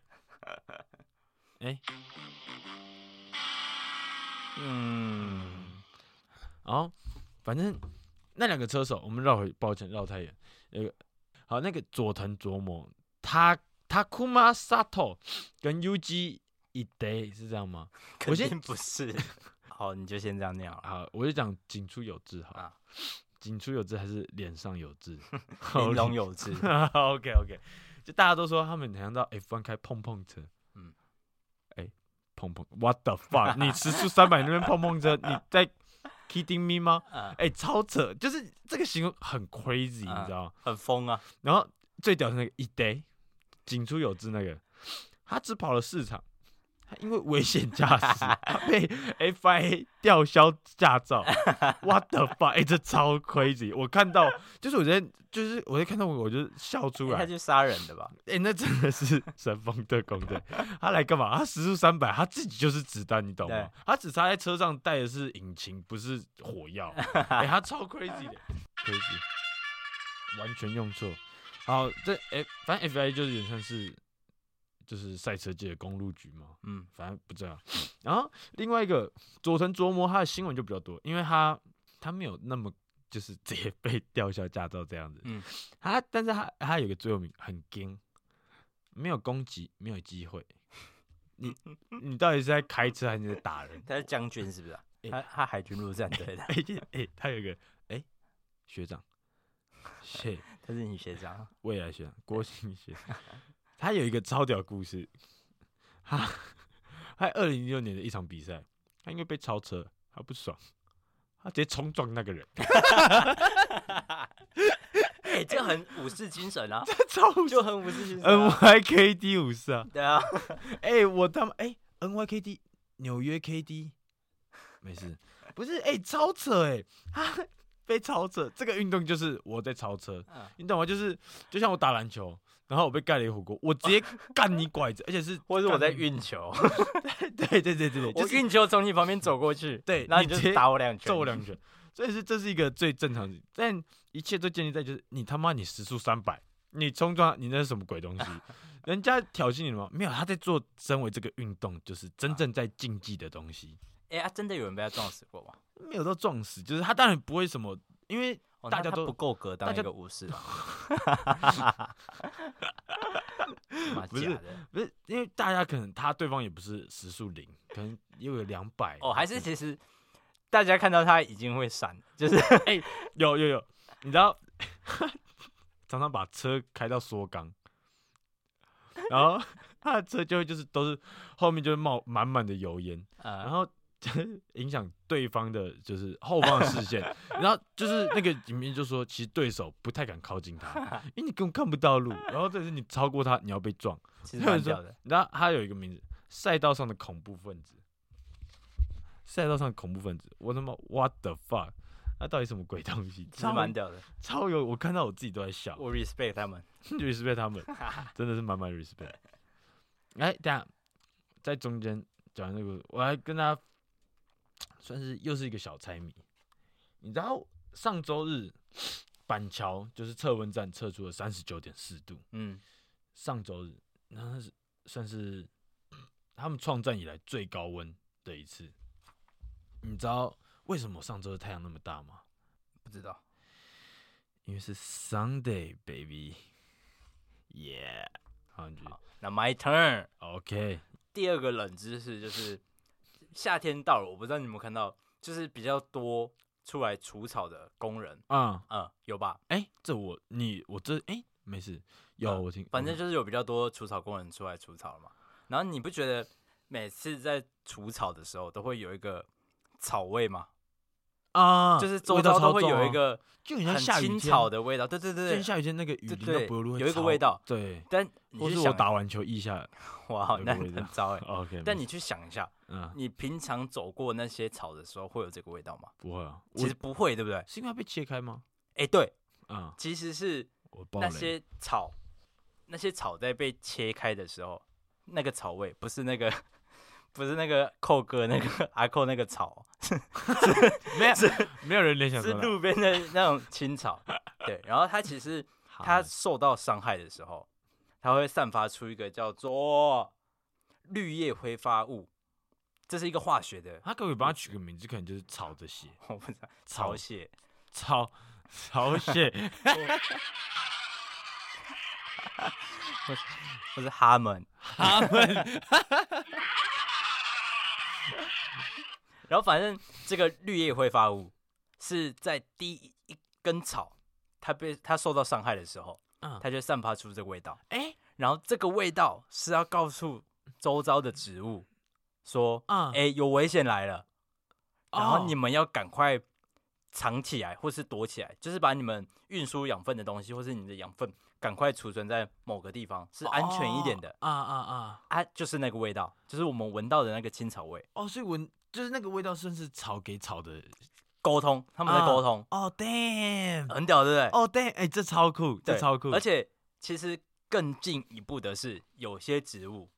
Speaker 2: 哎、
Speaker 1: 嗯，
Speaker 2: 然后哦反正那两个车手，我们绕回，抱歉绕太远。那个好，那个佐藤琢磨，他他 Takuma Sato 跟 UG i d a 是这样吗？
Speaker 1: 肯
Speaker 2: 我先
Speaker 1: 定不是。 好，你就先这样念好了。
Speaker 2: 好，我就讲井出有志好
Speaker 1: 啊，
Speaker 2: 井出有志还是脸上有志？
Speaker 1: 玲珑有 致，
Speaker 2: OK OK，就大家都说他们好像到 F1 开碰碰车，嗯
Speaker 1: 嗯，
Speaker 2: 哎、碰碰，What the fuck？你时速三百那边碰碰车，你在 kidding me 吗？
Speaker 1: 嗯，
Speaker 2: 哎、超扯，就是这个形容很 crazy，、你知道吗？
Speaker 1: 很疯啊，
Speaker 2: 然后最屌的那个一 day，井出有志那个，他只跑了四场，他因为危险驾驶他被 FIA 吊销驾照，what the fuck？哎、这超 crazy！我看到，就是我昨天，就是我在看到我，我就笑出 来
Speaker 1: 他。就杀人的吧？
Speaker 2: 哎、那真的是神风特工队，他来干嘛？他时速三百，他自己就是子弹，你懂吗
Speaker 1: 对？
Speaker 2: 他只差在车上带的是引擎，不是火药。哎、他超 crazy 的，crazy，完全用错。好，这哎、反正 FIA 就是有点像是就是赛车界的公路局嘛，
Speaker 1: 嗯
Speaker 2: 反正不这样。 然后另外一个佐藤琢磨他的新闻就比较多，因为他他没有那么就是直接被吊销驾照这样子。
Speaker 1: 嗯
Speaker 2: 他但是他他有个座右铭很硬，没有攻击，没有机会。你 你到底是在开车还是在打人？
Speaker 1: 他是将军是不是啊、
Speaker 2: 哎
Speaker 1: 他他海军陆战队的，
Speaker 2: 哎、哎、他有一个哎、学长，谢
Speaker 1: 他是你学长。啊
Speaker 2: 未来学长郭兴学长，他有一个超屌故事。他 他二零一六年的一场比赛，他因为被超车，他不爽，他直接冲撞那个人，
Speaker 1: 哎、这很武士精神啊，
Speaker 2: 超
Speaker 1: 就很武士精神、啊。
Speaker 2: NYKD 五四啊，
Speaker 1: 对 啊，
Speaker 2: 哎、我他妈哎、n y k d 纽约 KD，没事，不是哎、超扯哎、他 被超扯，这个运动就是我在超车，
Speaker 1: 嗯
Speaker 2: 你懂吗？就是就像我打篮球，然后我被盖了一个火锅，我直接干你拐子，而且 是
Speaker 1: 或者我在
Speaker 2: 干你，
Speaker 1: 运球，
Speaker 2: 对对对对对，就
Speaker 1: 我
Speaker 2: 是
Speaker 1: 运球从你旁边走过去，
Speaker 2: 对
Speaker 1: 然后你
Speaker 2: 你
Speaker 1: 就
Speaker 2: 直接
Speaker 1: 打我两拳，
Speaker 2: 揍我 两拳，所以是这是一个最正常的，但一切都建立在就是你他妈你时速三百。你冲撞你那是什么鬼 东西？人家挑衅你了吗？没有，他在做身为这个运动，就是真正在竞技的东西。
Speaker 1: 哎、啊，真的有人被他撞死过吗？
Speaker 2: 没有到撞死，就是他当然不会什么，因为
Speaker 1: 哦、
Speaker 2: 大
Speaker 1: 那
Speaker 2: 家
Speaker 1: 他
Speaker 2: 都
Speaker 1: 不够格当
Speaker 2: 大
Speaker 1: 一
Speaker 2: 家
Speaker 1: 个武 士啊，妈
Speaker 2: 不是
Speaker 1: 假的
Speaker 2: 不是因为大家可能他对方也不是时速零，可能也有两百
Speaker 1: 哦，还是其实大家看到他已经会闪，就是
Speaker 2: 有有有，你知道，常常把车开到缩缸，然后他的车就会就是都是后面就会冒满满的油烟，然
Speaker 1: 呃，
Speaker 2: 后影响对方的就是后方的视线，然后就是那个影片就说，其实对手不太敢靠近他，因为你根本看不到路，然后但是你超过他，你要被撞。
Speaker 1: 其实
Speaker 2: 有人
Speaker 1: 蛮
Speaker 2: 说
Speaker 1: 屌的，
Speaker 2: 然后他有一个名字，赛道上的恐怖分子。赛道上的恐怖分子，我他妈 what the fuck？那到底什么鬼东西？
Speaker 1: 其实
Speaker 2: 超
Speaker 1: 蛮屌的，
Speaker 2: 超有，我看到我自己都在 笑
Speaker 1: 我 respect 他们。
Speaker 2: ，respect 他们，真的是满满 respect。哎，等一下在中间讲那个，我还跟他算是又是一个小猜谜。你知道上周日板桥就是测温站测出了三十九点四度，
Speaker 1: 嗯，
Speaker 2: 上周日，那是算是 他们创战以来最高温的一次。你知道为什么上周的太阳那么大吗？
Speaker 1: 不知道。
Speaker 2: 因为是 Sunday baby，yeah。好，你觉得
Speaker 1: 好那 my turn，
Speaker 2: OK？
Speaker 1: 第二个冷知识就是夏天到了，我不知道你有没有看到，就是比较多出来除草的工人，
Speaker 2: 嗯，
Speaker 1: 嗯，有吧？
Speaker 2: 哎、这我你我这哎、没事，有、
Speaker 1: 嗯
Speaker 2: 我听，
Speaker 1: 反正
Speaker 2: 我
Speaker 1: 就是有比较多除草工人出来除草了嘛。然后你不觉得每次在除草的时候都会有一个草味吗？
Speaker 2: 啊，
Speaker 1: 就是周
Speaker 2: 味道
Speaker 1: 遭
Speaker 2: 超
Speaker 1: 都会
Speaker 2: 重
Speaker 1: 有
Speaker 2: 啊
Speaker 1: 一，个
Speaker 2: 就很像
Speaker 1: 很
Speaker 2: 下雨
Speaker 1: 青
Speaker 2: 天，
Speaker 1: 草的味道。对对
Speaker 2: 就
Speaker 1: 对
Speaker 2: 像
Speaker 1: 对，
Speaker 2: 下雨天那个雨
Speaker 1: 对
Speaker 2: 淋到
Speaker 1: 对
Speaker 2: 柏油路会
Speaker 1: 有一个
Speaker 2: 超
Speaker 1: 味道
Speaker 2: 对，
Speaker 1: 但你
Speaker 2: 或
Speaker 1: 去
Speaker 2: 是我
Speaker 1: 想，
Speaker 2: 打完球 腋下
Speaker 1: 哇
Speaker 2: 有，
Speaker 1: 那
Speaker 2: 个味道
Speaker 1: 很糟哎。
Speaker 2: ，OK，
Speaker 1: 但
Speaker 2: 没
Speaker 1: 你
Speaker 2: 事
Speaker 1: 去想一下，
Speaker 2: 嗯
Speaker 1: 你平常走过那些草的时候会有这个味道吗？
Speaker 2: 不会啊，我
Speaker 1: 其实不会，对不对？
Speaker 2: 是因为它被切开吗？
Speaker 1: 哎，对，
Speaker 2: 啊、
Speaker 1: 其实是
Speaker 2: 我爆
Speaker 1: 那
Speaker 2: 雷
Speaker 1: 些草那些草在被切开的时候，那个草味不是那个 不是那个寇哥那个 阿寇那个草，
Speaker 2: 没有，没有人联想
Speaker 1: 是
Speaker 2: 到。
Speaker 1: 路边的那种青 草。对，然后它其实它受到伤害的时候，它会散发出一个叫做绿叶挥发物，这是一个化学的，
Speaker 2: 他可不可以帮他取个名字？可能就是草的血，
Speaker 1: 我不知道草屑。
Speaker 2: 草草 血，
Speaker 1: 或是哈们，
Speaker 2: 他们
Speaker 1: 然后反正这个绿叶挥发物是在第一一根草它被它受到伤害的时候，
Speaker 2: 嗯
Speaker 1: 它就散发出这个味道。
Speaker 2: 哎
Speaker 1: 然后这个味道是要告诉周遭的植物说，
Speaker 2: 啊
Speaker 1: 哎、有危险来了，
Speaker 2: 哦
Speaker 1: 然后你们要赶快藏起来或是躲起来，就是把你们运输养分的东西或是你的养分赶快储存在某个地方，是安全一点的。
Speaker 2: 哦啊啊啊！
Speaker 1: 啊，就是那个味道，就是我们闻到的那个青草味。
Speaker 2: 哦，所以闻就是那个味道，算是草给草的。
Speaker 1: 沟通，他们在
Speaker 2: 啊
Speaker 1: 沟通，
Speaker 2: 哦，damn，
Speaker 1: 很屌，对不对？
Speaker 2: 哦，damn，哎，这超酷，
Speaker 1: 对，
Speaker 2: 这超酷，
Speaker 1: 而且其实更进一步的是，有些植物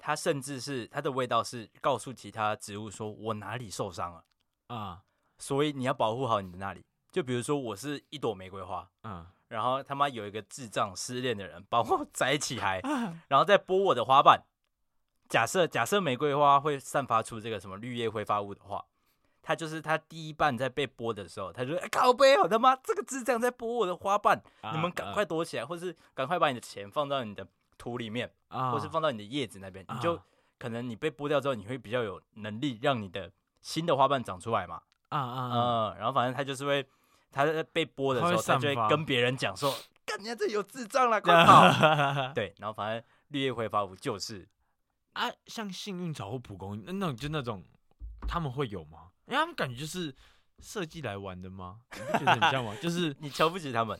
Speaker 1: 它甚至是它的味道是告诉其他植物说我哪里受伤了，
Speaker 2: 啊
Speaker 1: 所以你要保护好你的那里。就比如说我是一朵玫瑰花，
Speaker 2: 啊
Speaker 1: 然后他妈有一个智障失恋的人把我 摘起来，
Speaker 2: 啊
Speaker 1: 然后再剥我的花瓣。假设假设玫瑰花会散发出这个什么绿叶挥发物的话，它就是它第一瓣在被剥的时候，它就说、哎靠背，我他妈这个智障在剥我的花瓣，
Speaker 2: 啊
Speaker 1: 你们赶快躲起来，或是赶快把你的钱放到你的土里面，
Speaker 2: 啊！
Speaker 1: 或是放到你的叶子那边，
Speaker 2: 啊
Speaker 1: 你就可能你被剥掉之后，你会比较有能力让你的新的花瓣长出来嘛。
Speaker 2: 啊啊
Speaker 1: 嗯，然后反正他就是会，他在被剥的时
Speaker 2: 它
Speaker 1: 候，
Speaker 2: 会
Speaker 1: 他
Speaker 2: 散
Speaker 1: 就
Speaker 2: 发
Speaker 1: 会跟别人讲说，干人家这有智障 啦，快跑！
Speaker 2: 啊！
Speaker 1: 对，然后反正绿叶挥发物就是
Speaker 2: 啊，像幸运草或蒲公英那那种，就那种他们会有吗？因为他们感觉就是设计来玩的吗？你不觉得很像吗？ 就是
Speaker 1: 你瞧不起 他们，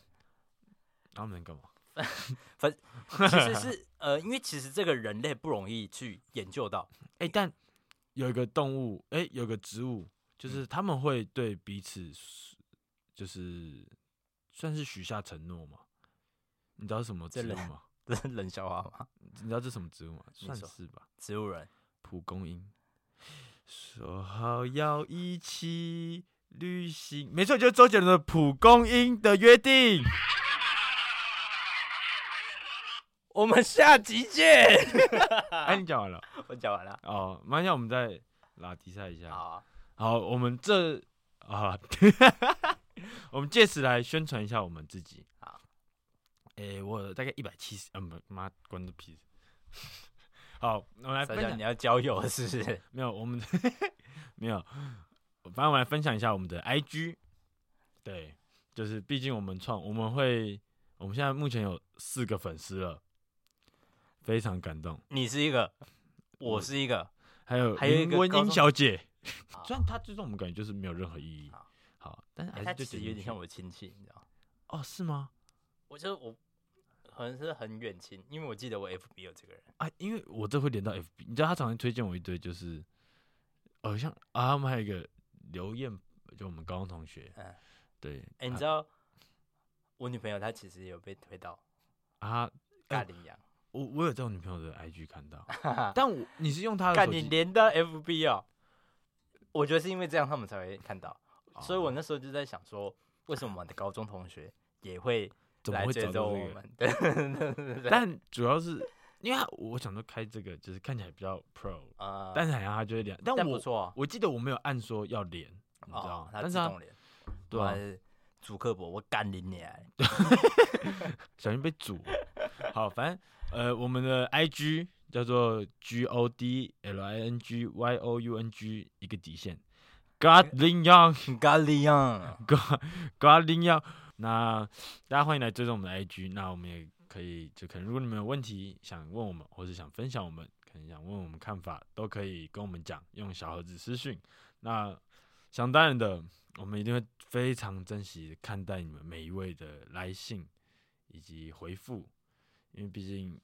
Speaker 2: 他们能干嘛？
Speaker 1: 其实是呃，因为其实这个人类不容易去研究到，
Speaker 2: 哎、但有一个动物，哎、有个植物，
Speaker 1: 嗯
Speaker 2: 就是他们会对彼此是，就是算是许下承诺嘛。你知道是什么植
Speaker 1: 这
Speaker 2: 物
Speaker 1: 人
Speaker 2: 吗？
Speaker 1: 这是冷笑话吗？
Speaker 2: 你知道这是什么植物吗？
Speaker 1: 你
Speaker 2: 算
Speaker 1: 说
Speaker 2: 是吧，
Speaker 1: 植物人，
Speaker 2: 蒲公英。说好要一起旅行，没错，就是周杰伦的《蒲公英的 约定》。
Speaker 1: 我们下集 见。
Speaker 2: 哎、你讲完了
Speaker 1: 我讲完了，
Speaker 2: 哦，慢一下，我们再拉低赛一下。
Speaker 1: 好啊。
Speaker 2: 好，我们这啊， 我们借此来宣传一下我们自己。
Speaker 1: 好，
Speaker 2: 诶、我大概一百七十，嗯，不，妈关个屁。 好，我们来
Speaker 1: 三
Speaker 2: 分
Speaker 1: 角
Speaker 2: 享
Speaker 1: 你，要交友了是不是？
Speaker 2: 没有，我们 没有，反正我们来分享一下我们的 IG。对，就是毕竟我们创，我们会，我们现在目前有四个粉丝了，非常感动。
Speaker 1: 你是一个，我
Speaker 2: 我
Speaker 1: 是一个，
Speaker 2: 还有
Speaker 1: 还有一
Speaker 2: 林
Speaker 1: 个
Speaker 2: 文
Speaker 1: 高
Speaker 2: 英
Speaker 1: 中
Speaker 2: 小姐，
Speaker 1: 好
Speaker 2: 虽然她最终我们感觉就是没有任何意义
Speaker 1: 好，
Speaker 2: 好，但是还
Speaker 1: 他其
Speaker 2: 是就
Speaker 1: 实
Speaker 2: 剪
Speaker 1: 有
Speaker 2: 进
Speaker 1: 点
Speaker 2: 去
Speaker 1: 像我亲戚，你知道吗？
Speaker 2: 哦，是吗？
Speaker 1: 我觉得我可能是很远亲，因为我记得我 FB 有这个人，
Speaker 2: 啊，因为我这会连到 FB，你知道他常常推荐我一堆，就是好像啊，他们还有一个刘艳，就我们高中同学，
Speaker 1: 嗯，
Speaker 2: 对，啊
Speaker 1: 哎，你知
Speaker 2: 道
Speaker 1: 道我女朋友她其实有被推到
Speaker 2: 啊，
Speaker 1: 咖
Speaker 2: 哎
Speaker 1: 喱羊，
Speaker 2: 我我有在我女朋友的 IG 看到，
Speaker 1: 哈哈
Speaker 2: 但我你是用她的
Speaker 1: 干
Speaker 2: 手
Speaker 1: 你
Speaker 2: 机，
Speaker 1: 连到 FB 哦，我觉得是因为这样他们才会看到，
Speaker 2: 哦
Speaker 1: 所以我那时候就在想说，为什么我们的高中同学也会
Speaker 2: 怎么
Speaker 1: 来
Speaker 2: 会
Speaker 1: 追踪
Speaker 2: 找到
Speaker 1: 我
Speaker 2: 这个？
Speaker 1: 们？对对对对，
Speaker 2: 但主要是因为他我想说开这个就是看起来比较 pro，
Speaker 1: 啊，
Speaker 2: 但是好像他就会连，但
Speaker 1: 但
Speaker 2: 我
Speaker 1: 不错啊，
Speaker 2: 我记得我没有按说要连，你知道
Speaker 1: 哦，，他自
Speaker 2: 但是他
Speaker 1: 动连。
Speaker 2: 对啊
Speaker 1: 还，是主客博，我干你娘！
Speaker 2: 小心被煮。哦好，反正呃，我们的 I G 叫做 G O D L I N G Y O U N G 一个底线，Godlin Young
Speaker 1: 干你娘！
Speaker 2: God Godlin Young。那大家欢迎来追踪我们的 I G，那我们也可以就可能如果你们有问题想问我们，或是想分享我们，可能想问我们看法，都可以跟我们讲，用小盒子私讯。那想当然的，我们一定会非常珍惜看待你们每一位的来信以及回复，因为毕竟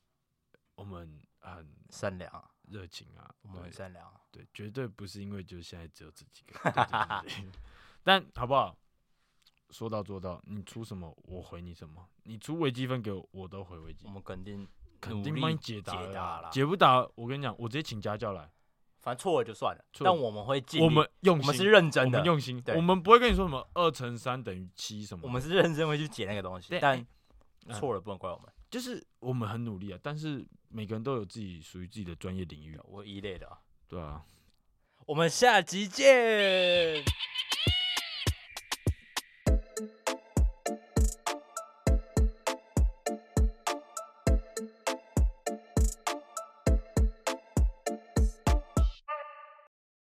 Speaker 2: 我们很
Speaker 1: 善良，
Speaker 2: 热情啊，
Speaker 1: 我们很
Speaker 2: 对
Speaker 1: 善良。
Speaker 2: 对， 绝对不是因为就是现在只有这几个，对对对对但好不好？说到做到，你出什么我回你什么，你出微积分给我，我都回微积
Speaker 1: 我，们肯定
Speaker 2: 肯
Speaker 1: 嗯努
Speaker 2: 定
Speaker 1: 力
Speaker 2: 帮你解答
Speaker 1: 解
Speaker 2: 了
Speaker 1: 答
Speaker 2: 啦
Speaker 1: 啦
Speaker 2: 解不答，我跟你讲，我直接请家教来，
Speaker 1: 反正错了就算了，
Speaker 2: 错
Speaker 1: 但我们会尽力，
Speaker 2: 我们用
Speaker 1: 我
Speaker 2: 心，
Speaker 1: 们是认真
Speaker 2: 我
Speaker 1: 的
Speaker 2: 们，用心，
Speaker 1: 对
Speaker 2: 我们不会跟你说什么二乘三等于七什么的，
Speaker 1: 我们是认真会去解那个东西
Speaker 2: 对，
Speaker 1: 但
Speaker 2: 嗯
Speaker 1: 错了不能怪我们。
Speaker 2: 就是我们很努力啊，但是每个人都有自己属于自己的专业领域，
Speaker 1: 啊我一类的啊，
Speaker 2: 对啊。
Speaker 1: 我们下集见。